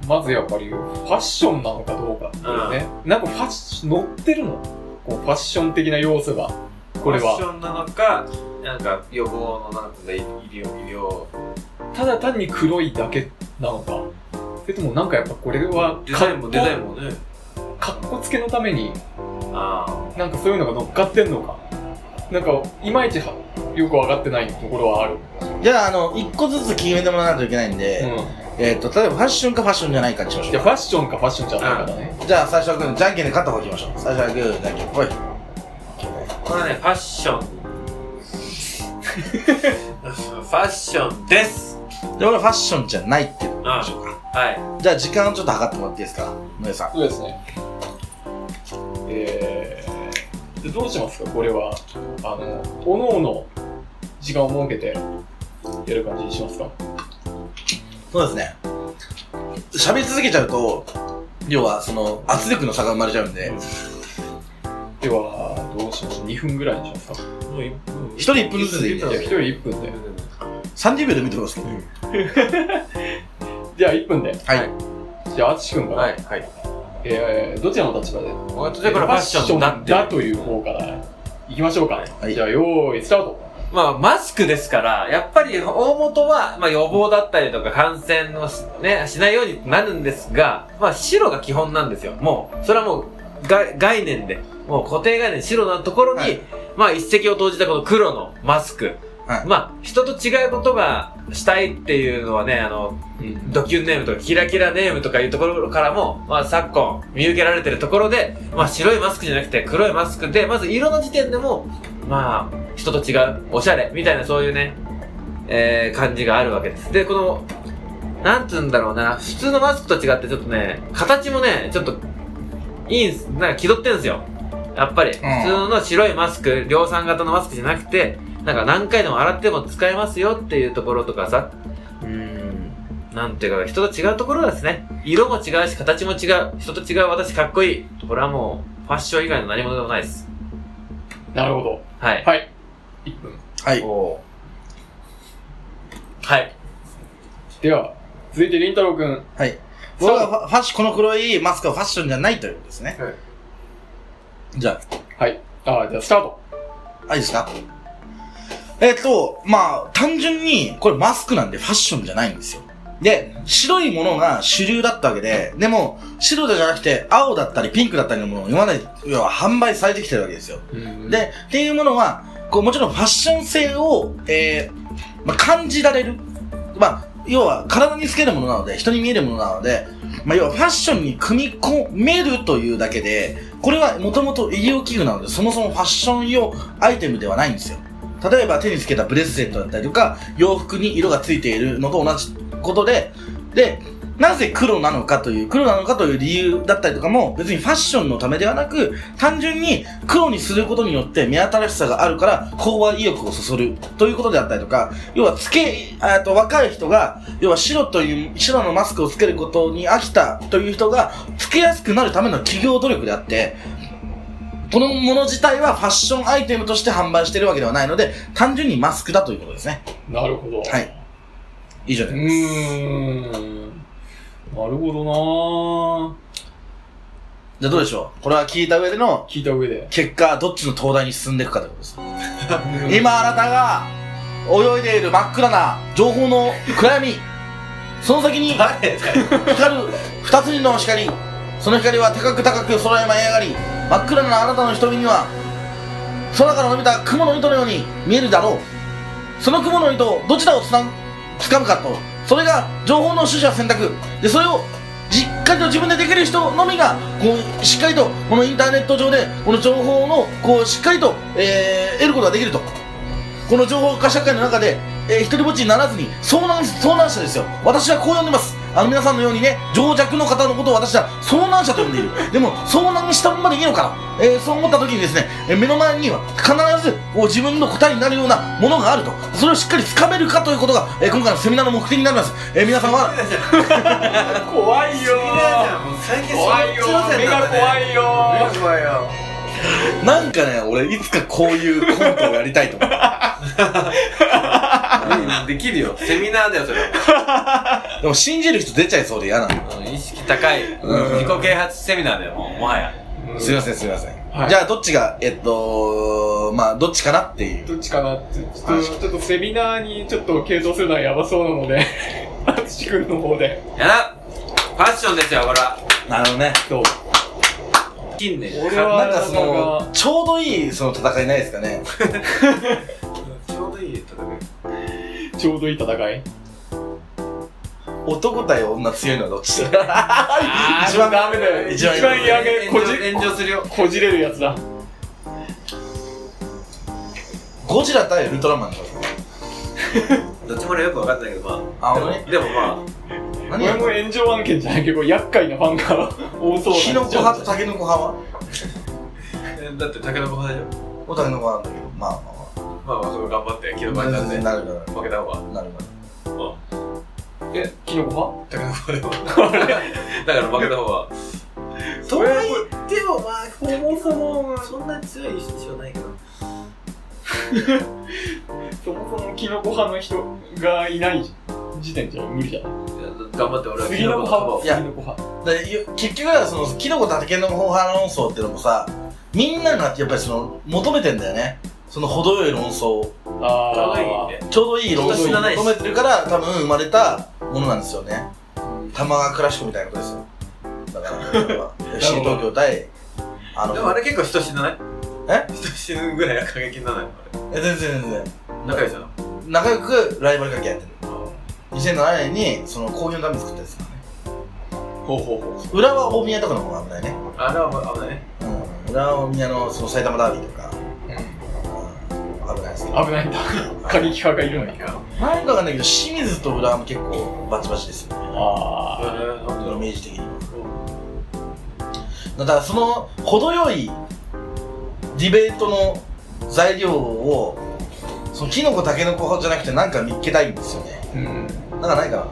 まずやっぱりファッションなのかどうかっていうね。なんかファッション、乗ってるのこうファッション的な要素が。これファッシは。ョンなのか、なんか予防のなんとか医療、医療、ただ単に黒いだけなのか。それともなんかやっぱこれは、デザインもデザインもね。かっこつけのために、ああ。なんかそういうのが乗っかってんのか。なんか、いまいちはよくわかってないところはある。じゃあ、あの、一個ずつ決めてもらわないといけないんうで、ん。えっ、と、例えばファッションかファッションじゃないかにしましじょゃあうか。ファッションかファッションじゃないかだね。じゃあ、最初はグー、じゃんけんで勝った方いきましょう。最初はグー、じゃんけん、ほい。これはね、ファッシ ョン。ファッションです。で、俺ファッションじゃないっていううこん。とでしょうか。はじゃあ、時間をちょっと測ってもらっていいですか野家さん。そうですね。えー、でどうしますかこれは。あの、おのおの時間を設けてやる感じにしますかそうですね。喋り続けちゃうと、要は、その、圧力の差が生まれちゃうんで、では、どうしますう ?2 分ぐらいにしますかじい。もう一分一人一分ずつでいい一ゃあ分1人1分で。 30秒で見てください。じゃあ1分で。はい。じゃあ、淳君が、はい。はい。えー、どちらの立場で私はこれファッションだって。だという方からいきましょうか。はいじゃあ、用意スタート。まあ、マスクですから、やっぱり大元は、まあ予防だったりとか感染のしね、しないようになるんですが、まあ白が基本なんですよ。もう、それはもうが概念で、もう固定概念、白のところに、はいまあ一石を投じたこの黒のマスク。はいまあ、人と違うことがしたいっていうのはね、あの、うんドキュンネームとかキラキラネームとかいうところからも、まあ、昨今見受けられてるところで、まあ、白いマスクじゃなくて黒いマスクでまず色の時点でもまあ人と違うおしゃれみたいなそういうね、えー感じがあるわけですでこのなんつうんだろうな普通のマスクと違ってちょっとね形もねちょっといいんすなんか気取ってんすよやっぱり、普通の白いマスク量産型のマスクじゃなくてなんか何回でも洗っても使えますよっていうところとかさうーんなんていうか、人と違うところですね。色も違うし、形も違う。人と違う私かっこいい。これはもう、ファッション以外の何物でもないです。なるほど。はい。はい。1分。はい。おーはい。では、続いて、りんたろうくん。はい。そう僕はファファッション、この黒いマスクはファッションじゃないということですね。はいじゃはい。あー、じゃあ、スタート。あ、あ、いいですかえっ、と、まあ、単純に、これマスクなんでファッションじゃないんですよ。で、白いものが主流だったわけで、でも、白じゃなくて、青だったりピンクだったりのものを今まで、要は販売されてきてるわけですよ。うんで、っていうものは、こうもちろんファッション性を、えーまあ、感じられる。まあ、要は体につけるものなので、人に見えるものなので、まあ、要はファッションに組み込めるというだけで、これはもともと医療器具なので、そもそもファッション用アイテムではないんですよ。例えば手につけたブレスレットだったりとか、洋服に色がついているのと同じことで、で、なぜ黒なのかという、黒なのかという理由だったりとかも、別にファッションのためではなく、単純に黒にすることによって目新しさがあるから、飽和意欲をそそるということであったりとか、要はつけ、えーと、若い人が、要は白という、白のマスクをつけることに飽きたという人が、つけやすくなるための企業努力であって、このもの自体はファッションアイテムとして販売してるわけではないので、単純にマスクだということですね。なるほど。はい。以上うでーん。なるほどなぁ。じゃあどうでしょうこれは聞いた上での聞いた上で。結果、どっちの東大に進んでいくかということです。今あなたが泳いでいる真っ暗な情報の暗闇、その先に誰光る二つの光、その光は高く高く空へ舞い上がり、真っ暗なあなたの瞳には空から伸びた雲の糸のように見えるだろう。その雲の糸をどちらをつな掴むかと、それが情報の取捨選択。で、それをしっかりと自分でできる人のみがこうしっかりとこのインターネット上でこの情報のこうしっかりと、えー得ることができるとこの情報化社会の中で、えー、一人ぼっちにならずに遭難遭難者ですよ私はこう呼んでますあの皆さんのようにね情弱の方のことを私は遭難者と呼んでいるでも遭難したままでいいのかな、えーそう思った時にですね、えー目の前には必ずこう自分の答えになるようなものがあるとそれをしっかりつかめるかということが、えー今回のセミナーの目的になります、えー皆さんは怖いよもう最近ーそ怖いよっちのー目が怖いよー怖いよなんかね俺いつかこういうコントをやりたいと思 う怖い できるよセミナーだよそれはでも信じる人出ちゃいそうで嫌なのあの意識高い自己啓発セミナーだよもうもはやすいませんすいません、はいじゃあどっちがえっとまあどっちかなっていうどっちかなって、ちょっと、ちょっとセミナーにちょっと継続するのはやばそうなの で、あつし君の方で。やなファッションですよこれはなるほどねそう。近年俺かはなんかそなかなのかちょうどいいその戦いないですかねちょうどいい戦いちょうどいい戦い。男対女強いのはどっちだあー一番ダメだよ。一一番番やめ、こ炎じ、上炎上するよこじれるやつだ。ゴジラ対ウルトラマンだどっちも俺よく分かんないけどまああほんとにでもまあ何俺やも炎上案件じゃないけど、厄介なファンが多そうな。キノコ派とタケノコ派はえだってタケノコ派でしょおタケノコ派なんだけどまあまあまあまあそれ頑張ってキノコまあ派にな全然ってなるから負けた方がなるかまえ、キノコあタケノコ派でも だから負けた方がとはいってもまあそもそもそんなに強い印象ないけど派そもそもキノコ派の人がいない時点じゃ無理じゃん。いや頑張って俺は杉の子派いや杉の子派。らだよ結局はそのキノコとタケノコ派論争ってのもさみんながやっぱりその求めてんだよねその程よい論争をあー。可愛いんでちょうどいい論争人死なないにし求めてるから多分生まれたものなんですよね玉川クラシックみたいなことですよだから新東京対あのでもあれ結構人死なないえ人死ぬぐらいは過激にならないのあれえ全然全然仲良いじゃん仲良くライバル関係やってる2007年にその工業のために作ったやつだからねほうほうほ浦和大宮とかの方が危ないね、あれはもう危ないねうん、浦和大宮のその埼玉ダービーとか、うん、危ないですけどう。危ないんだ。過激派がいるのにか。なんかわかんないけど清水と浦和も結構バチバチですよねあー。あイ本当だメージ的にはだからその程よいディベートの材料をそのキノコタケノコ派じゃなくてなんか見っけたいんですよねうん。なんかないかな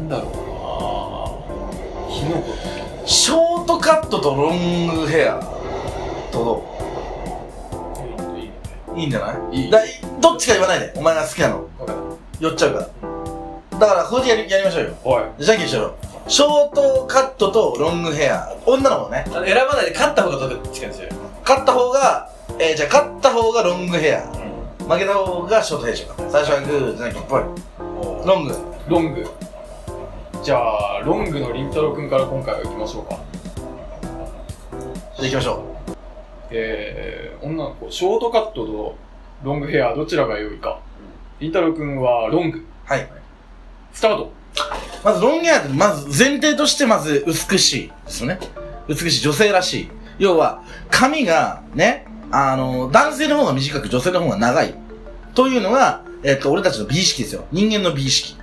なんだろうなぁキノコショートカットとロングヘアとどういいんじゃないいいだどっちか言わないでお前が好きなの寄っちゃうからだからこれでやりやりましょうよはいじゃんけんしようよショートカットとロングヘア女の子ねあの選ばないで勝った方がどっちかにしようよ勝った方がえー、じゃあ勝った方がロングヘア負けた方がショートヘアでしょうか最初はグーじゃんけんぽいロングロングじゃあロングのりんたろうくんから今回は行きましょうかじゃあいきましょえー、女の子ショートカットとロングヘアどちらが良いかりんたろうくんはロングうはいスタートまずロングヘアってまず前提としてまず美しいですよね美しい女性らしい要は髪がねあの男性の方が短く女性の方が長いというのが、えっと、俺たちの美意識ですよ人間の美意識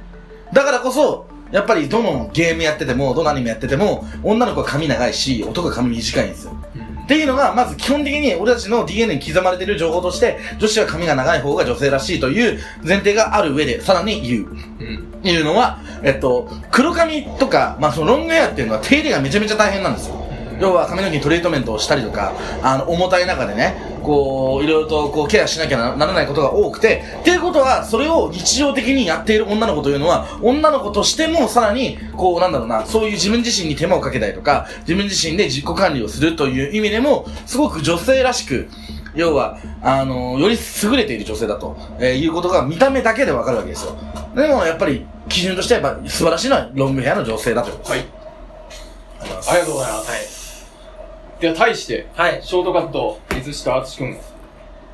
だからこそやっぱりどのゲームやっててもどのアニメやってても女の子は髪長いし男は髪短いんですよっていうのがまず基本的に俺たちの DNA に刻まれている情報として女子は髪が長い方が女性らしいという前提がある上でさらに言ううんいうのは、えっと、黒髪とか、まあ、そのロングヘアっていうのは手入れがめちゃめちゃ大変なんですよ。要は髪の毛にトリートメントをしたりとか、あの、重たい中でね、こう、いろいろとこうケアしなきゃなならないことが多くて、っていうことは、それを日常的にやっている女の子というのは、女の子としてもさらに、こう、なんだろうな、そういう自分自身に手間をかけたりとか、自分自身で自己管理をするという意味でも、すごく女性らしく、要は、あのより優れている女性だと、えーいうことが見た目だけでわかるわけですよ。でも、やっぱり、基準としてはやっぱ素晴らしいのはロングヘアの女性だということです。はいありがとうございますありがとうございます、では対してはいショートカット水下敦くん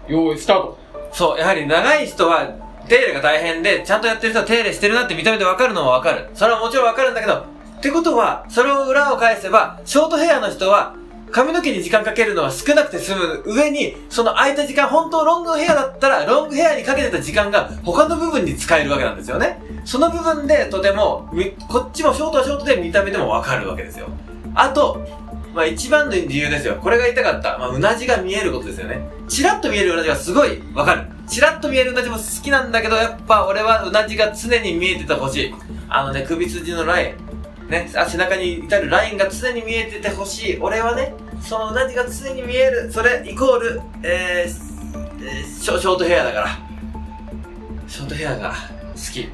用意スタートそうやはり長い人は手入れが大変でちゃんとやってる人は手入れしてるなって見た目で分かるのは分かるそれはもちろん分かるんだけどってことはそれを裏を返せばショートヘアの人は髪の毛に時間かけるのは少なくて済む上に、その空いた時間、本当ロングヘアだったら、ロングヘアにかけてた時間が他の部分に使えるわけなんですよね。その部分でとても、みこっちもショートはショートで見た目でもわかるわけですよ。あと、まあ一番の理由ですよ。これが言いたかった。まあうなじが見えることですよね。チラッと見えるうなじがすごいわかる。チラッと見えるうなじも好きなんだけど、やっぱ俺はうなじが常に見えててほしい。あのね、首筋のライン。ね、あ背中に至るラインが常に見えててほしい俺はねそのうなじが常に見えるそれイコール、えーすえーショショートヘアだからショートヘアが好き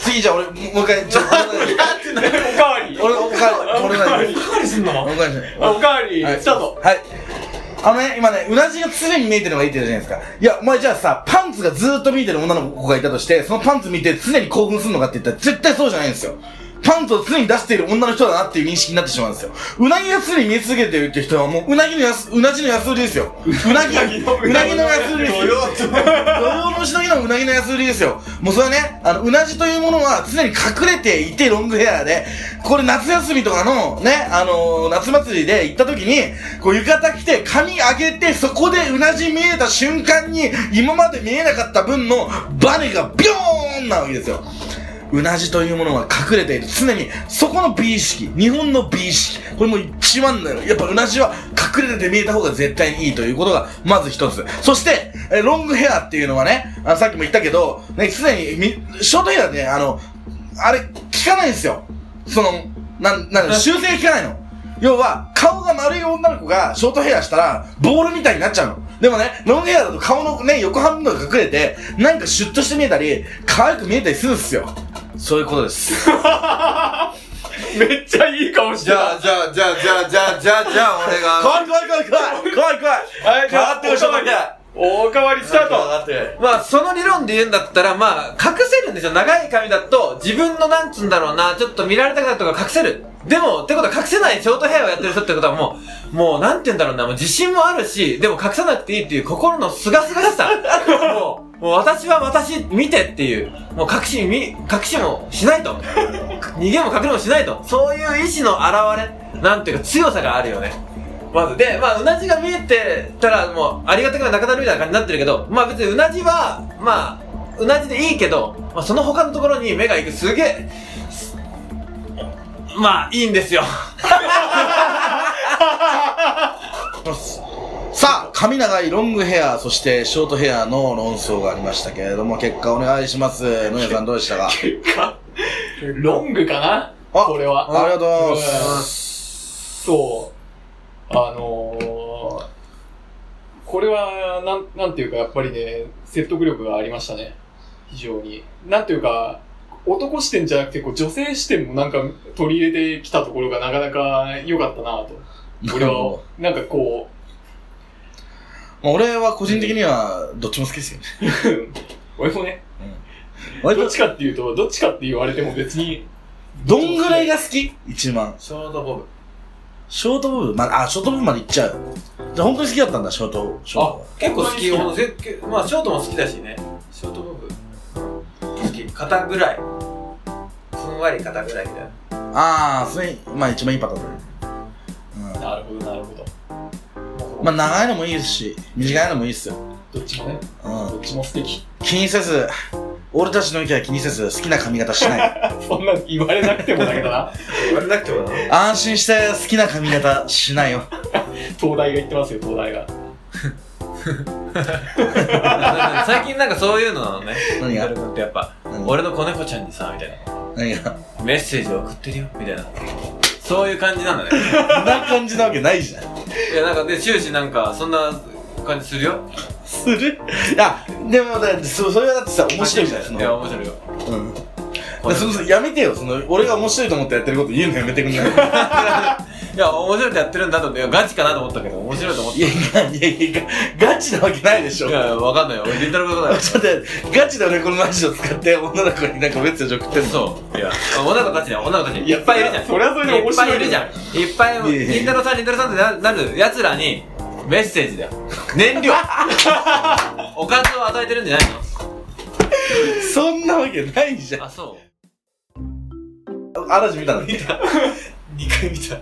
次じゃあ俺ももう一回ちょ っとおかわり俺おかわり取れないおかわりすんの俺おかわりしないあおかわりはいスタートはいあのね今ねうなじが常に見えてるのがいいって言うじゃないですかいやお前じゃあさパンツがずーっと見えてる女の子がいたとしてそのパンツ見て常に興奮するのかって言ったら絶対そうじゃないんですよパンツを常に出している女の人だなっていう認識になってしまうんですようなぎが常に見え続けてるっていう人はもううなぎの安うなじの安売りですようなぎうなぎの安売りですよ土曜 の後ろにのうなぎの安売りですよもうそれはねあのうなじというものは常に隠れていてロングヘアでこれ夏休みとかのねあのー夏祭りで行った時にこう浴衣着て髪上げてそこでうなじ見えた瞬間に今まで見えなかった分のバネがビョーンなわけですようなじというものは隠れている常にそこの美意識日本の美意識これも一番だよやっぱうなじは隠れてて見えた方が絶対にいいということがまず一つそしてえロングヘアっていうのはねあさっきも言ったけど、ね、常にみショートヘアねあのあれ効かないんですよそのなんなんだ修正効かないの要は顔が丸い女の子がショートヘアしたらボールみたいになっちゃうのでもねロングヘアだと顔のね横半分が隠れてなんかシュッとして見えたり可愛く見えたりするんですよそういうことです。めっちゃいい顔してじゃたあ、じゃあ、じゃあ、じゃあ、じゃあ、じゃあ、じ ゃあ、俺が。怖い怖い怖い怖い怖い怖いはいじ変わゃあってほしい。おかわりおかわりスタートだって。まあその理論で言うんだったらまあ隠せるんですよ長い髪だと自分のなんつうんだろうなちょっと見られたくないとか隠せるでもってことは隠せないショートヘアをやってる人ってことはもうもうなんて言うんだろうなもう自信もあるしでも隠さなくていいっていう心のすがすがしさもうもう私は私見てっていうもう隠しみ隠しもしない と逃げも隠れもしないとそういう意志の表れなんていうか強さがあるよねまずで、まあ、うなじが見えてたら、もう、ありがたくなくなるみたいな感じになってるけど、まあ別にうなじは、まあ、うなじでいいけど、まあその他のところに目が行く、すげえ、すまあ、いいんですよ。さあ、髪長いロングヘア、そしてショートヘアの論争がありましたけれども、結果お願いします。のやさんどうでしたか結果ロングかなあこれはありがとうございうんます。そうあのー、これはなんなんていうかやっぱりね説得力がありましたね非常になんていうか男視点じゃなくてこう女性視点もなんか取り入れてきたところがなかなか良かったなと俺 はなんかこまあ俺は個人的にはどっちも好きですよ。う俺もね割どっとちかっていうとどっちかって言われても別にどんぐらいが好き一番。ショートボブ。ショート部分、まあ、あ、ショート部分までいっちゃう。じゃあ本当に好きだったんだ、ショート、ショート。結構好き、ほんとぜけまあショートも好きだしね。ショートボブ。好き。肩ぐらい。ふんわり肩ぐらいみたいな。ああ、それ、まあ一番いいパターンだね。なるほどなるほどうん。まあ長いのもいいですし、短いのもいいっすよ。どっちもねうん。どっちも素敵気にせず、俺たちの意見は気にせず、好きな髪型しない。そんなの言われなくてもだけどな言われなくてもな。安心して好きな髪型しないよ。東大が言ってますよ東大が 最近なんかそういうのなのね。何がミドル君ってやっぱ、何俺の子猫ちゃんにさ、みたいな。何が。メッセージ送ってるよみたいなそういう感じなんだねそんな感じなわけないじゃん。 いやなんかで終始なんかそんな感じするよするいや、でもだってそ、それはだってさ、面白いじゃん。そいやの面白いようん。だからそのやめてよ、その、俺が面白いと思ってやってること言うのやめてくんないいいや面白いってやってるんだと思っていやガチかなと思ったけど面白いと思ったいやいやいやいや、ガチなわけないでしょ。ちょっやわかんないよ俺りんたろーことだよと待って、ガチで俺このマジを使って女の子になんかメッセージ送ってんのそういや女の子たちには女の子たちにいっぱいいるじゃんそれはそれで面白いっぱいいるじゃんいっぱいやいいやりんたろーさんりんたろーさんってななるやつらにメッセージだよ燃 料おかずを与えてるんじゃないそんなわけないじゃん。のあそう嵐見たの見た。 2回見た。字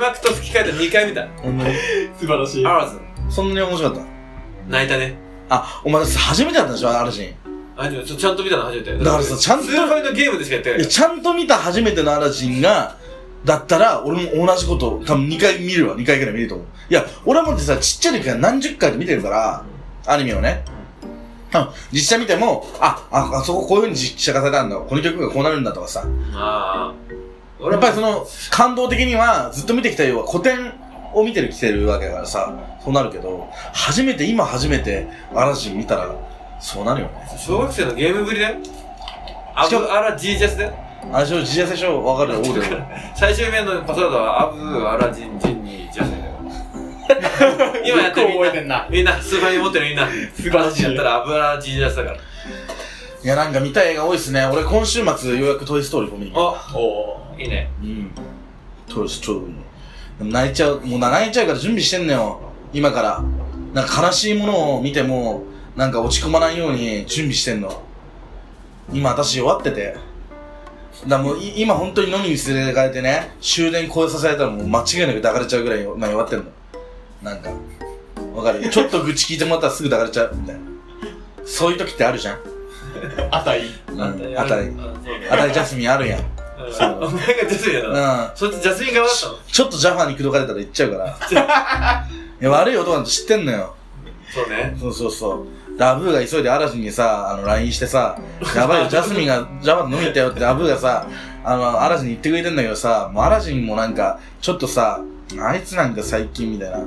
幕と吹き替えた2回見た。ほんまに素晴らしい。アラズン。そんなに面白かった泣いたね。あ、お前初めてだったでしょ、アルシン。あ、でもちょちゃんと見たの初めて。だからさちゃんとスーファイのゲームでしかやってないいやちゃんと見た初めてのアラジンが、だったら、俺も同じこと、多分2回見るわ、2回ぐらい見ると思う。いや、俺もってさ、ちっちゃい時から何十回で見てるから、アニメをね。うん、実写見ても、あ、あ、あそここういう風に実写化されたんだ、この曲がこうなるんだとかさ。ああ。やっぱりその、の、感動的には、ずっと見てきたようは古典を見てる、来てるわけだからさ、そうなるけど、初めて、今初めてアラジン見たら、そうなるよね。小学生のゲームぶりだよ。アブアラジージャスだよ。あ、そう、実写でしょ、わかるよ、オーディオ。最終面のパスワードはアブ、アラジン、ジンニー、ジャスだよ。 今やってるみんよく覚えなてんなみんな、スーファイ持ってるみんな、素晴らしいアラジンやったらアブ、アラジージャスだから。いや、なんか見たい映画多いっすね。俺、今週末、ようやくトイ・ストーリー見に行く。お、おいいね。うん。トイ・ストーリー。でも泣いちゃう、もうな泣いちゃうから準備してんのよ。今から。なんか悲しいものを見ても、なんか落ち込まないように準備してんの。今、私弱ってて。だからもうい今本当に飲みに連れてかれてね、終電超えさせられたらもう間違いなく抱かれちゃうぐらい今弱ってんの。なんか、わかるちょっと愚痴聞いてもらったらすぐ抱かれちゃうみたいな。そういう時ってあるじゃん。ーあたい。うん、ああったよたりうん。そうねあたりジャスミンあるやん。うんお前がジャスミンやな。うん。そっちジャスミン側だったのちょっとジャファに口説かれたら行っちゃうから。いや、悪い男なんて知ってんのよ。そ うね。そうそうそう。ラブーが急いで嵐にさ、あの、LINE してさ、やばいよ、ジャスミンがジャファと飲み行ったよってラブーがさ、あの、嵐に行ってくれてんだけどさ、もう嵐にもなんか、ちょっとさ、あいつなんか最近みたいな。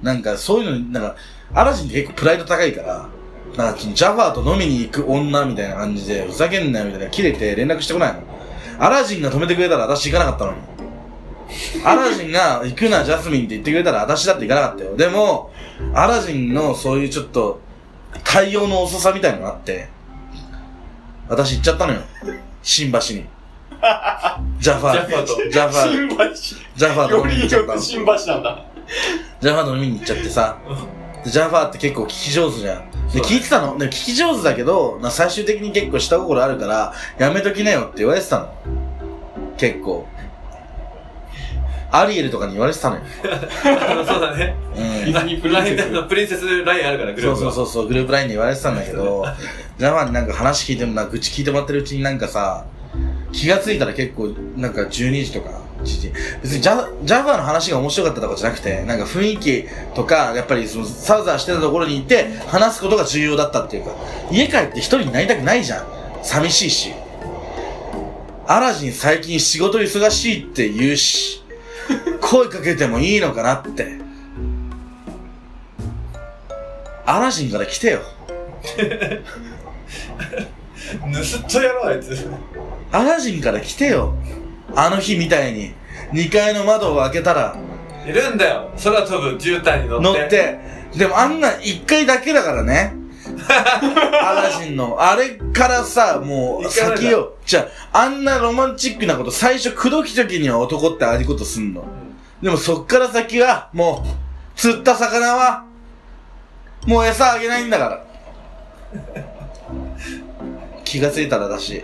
なんか、そういうのに、なんか、嵐って結構プライド高いから、なんか、ジャファーと飲みに行く女みたいな感じで、ふざけんなよみたいな、切れて連絡してこないの。アラジンが止めてくれたら私行かなかったのに。アラジンが行くな、ジャスミンって言ってくれたら私だって行かなかったよ。でも、アラジンのそういうちょっと、対応の遅さみたいのがあって、私行っちゃったのよ。新橋 に。ジャファジャパー。と。ジャファー。新橋。ジャファーとよ飲みに行っりちゃっよたくの。新橋なんだ。ジャファーと飲みに行っちゃってさ、でジャファーって結構聞き上手じゃん。で、そうだね聞いてたの。で、聞き上手だけど、な最終的に結構下心あるから、やめときなよって言われてたの。結 構。アリエルとかに言われてたのよ。あのそうだね。うんディ。ズニープリンセスラインあのプリンセスラインあるから、グルーそプうそうそう。うそう、グループラインで言われてたんだけ ど、ジャファーになんか話聞いてもな、愚痴聞いてもらってるうちになんかさ、気がついたら結構、なんか12時とか、1時。別にジャジャファーの話が面白かったとかじゃなくて、なんか雰囲気とか、やっぱりそのサウザーしてたところにいて、話すことが重要だったっていうか、家帰って一人になりたくないじゃん。寂しいし。アラジン最近仕事忙しいって言うし、声かけてもいいのかなって。アラジンから来てよ。盗っとやろう、あいつ。アラジンから来てよ。あの日みたいに、2階の窓を開けたら、いるんだよ。空飛ぶ絨毯に乗って。乗って、でもあんな1回だけだから ね。アラジンの、あれからさ、もう一回だけ先よ。じゃあ、あんなロマンチックなこと、最初、口説き時には男ってああいうことすんの。でもそっから先は、もう、釣った魚は、もう餌あげないんだ から。気がついたらだし、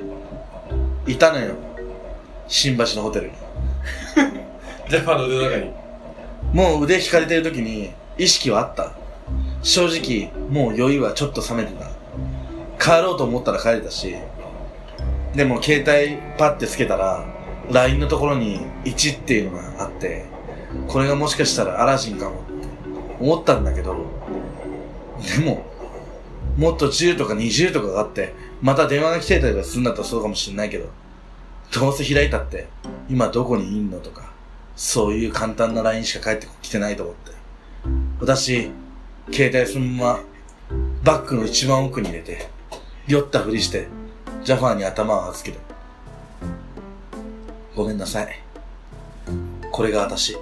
いたのよ。新橋のホテルに。ジャパンの腕の中に。もう腕引かれてる時に意識はあった正直もう酔いはちょっと冷めてた帰ろうと思ったら帰れたしでも携帯パッてつけたら LINE のところに1っていうのがあってこれがもしかしたらアラジンかもって思ったんだけどでももっと10とか20とかがあってまた電話が来てたりとかするんだったらそうかもしれないけどどうせ開いたって今どこにいんのとかそういう簡単な LINE しか返ってきてないと思って。私、携帯そのまま、バッグの一番奥に入れて、酔ったふりして、ジャファーに頭を預けた。ごめんなさい。これが私。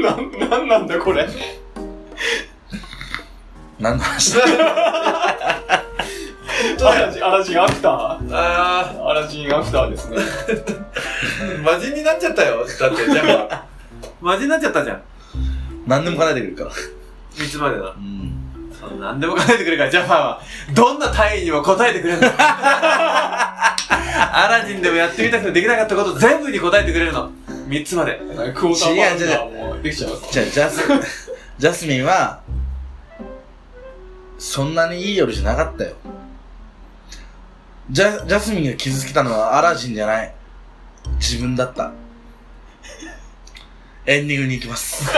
なん、なんなんだこれ。何の話だ アラジン、アラジンアフターあアラジンアフターですね。ー、魔人になっちゃったよ。だって、ジ ャパン。魔人になっちゃったじゃん。何でも叶えてくるから。いつまでなう。ん。その 何でも叶えてくれるから、ジャパンは、どんな単位にも答えてくれるんだ。アラジンでもやってみたくてできなかったこと全部に答えてくれるの。3つまで。クォーターバウンダーもできちゃう。じゃあジャスジャスミンはそんなにいい夜じゃなかったよジャジャスミンが傷つけたのはアラジンじゃない自分だったエンディングに行きます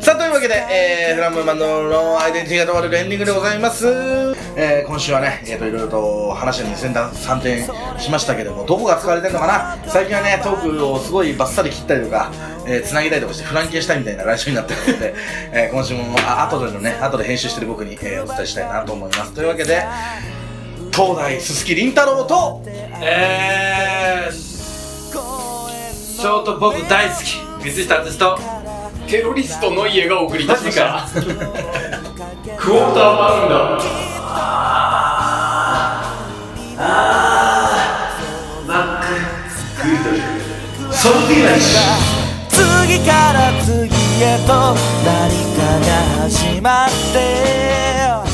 さあ、というわけで、えー、フランムマンのローンアイデンティティが問われるエンディングでございます。えー、今週はね、えー、と、いろいろと話が2003点しましたけども、どこが使われてるのかな最近はね、トークをすごいバッサリ切ったりとか、えー、繋げたりとかして、フランケンしたいみたいな来週になってるので、えー、今週も、あ、後でのね、後で編集してる僕に、えー、お伝えしたいなと思います。というわけで、東大鈴木凛太郎と、えー、ショート僕大好き。水下敦と、テロリストの家が送り出マしまジしたか。。クォーターバウンダー。その次は一緒次から次へと何かが始まって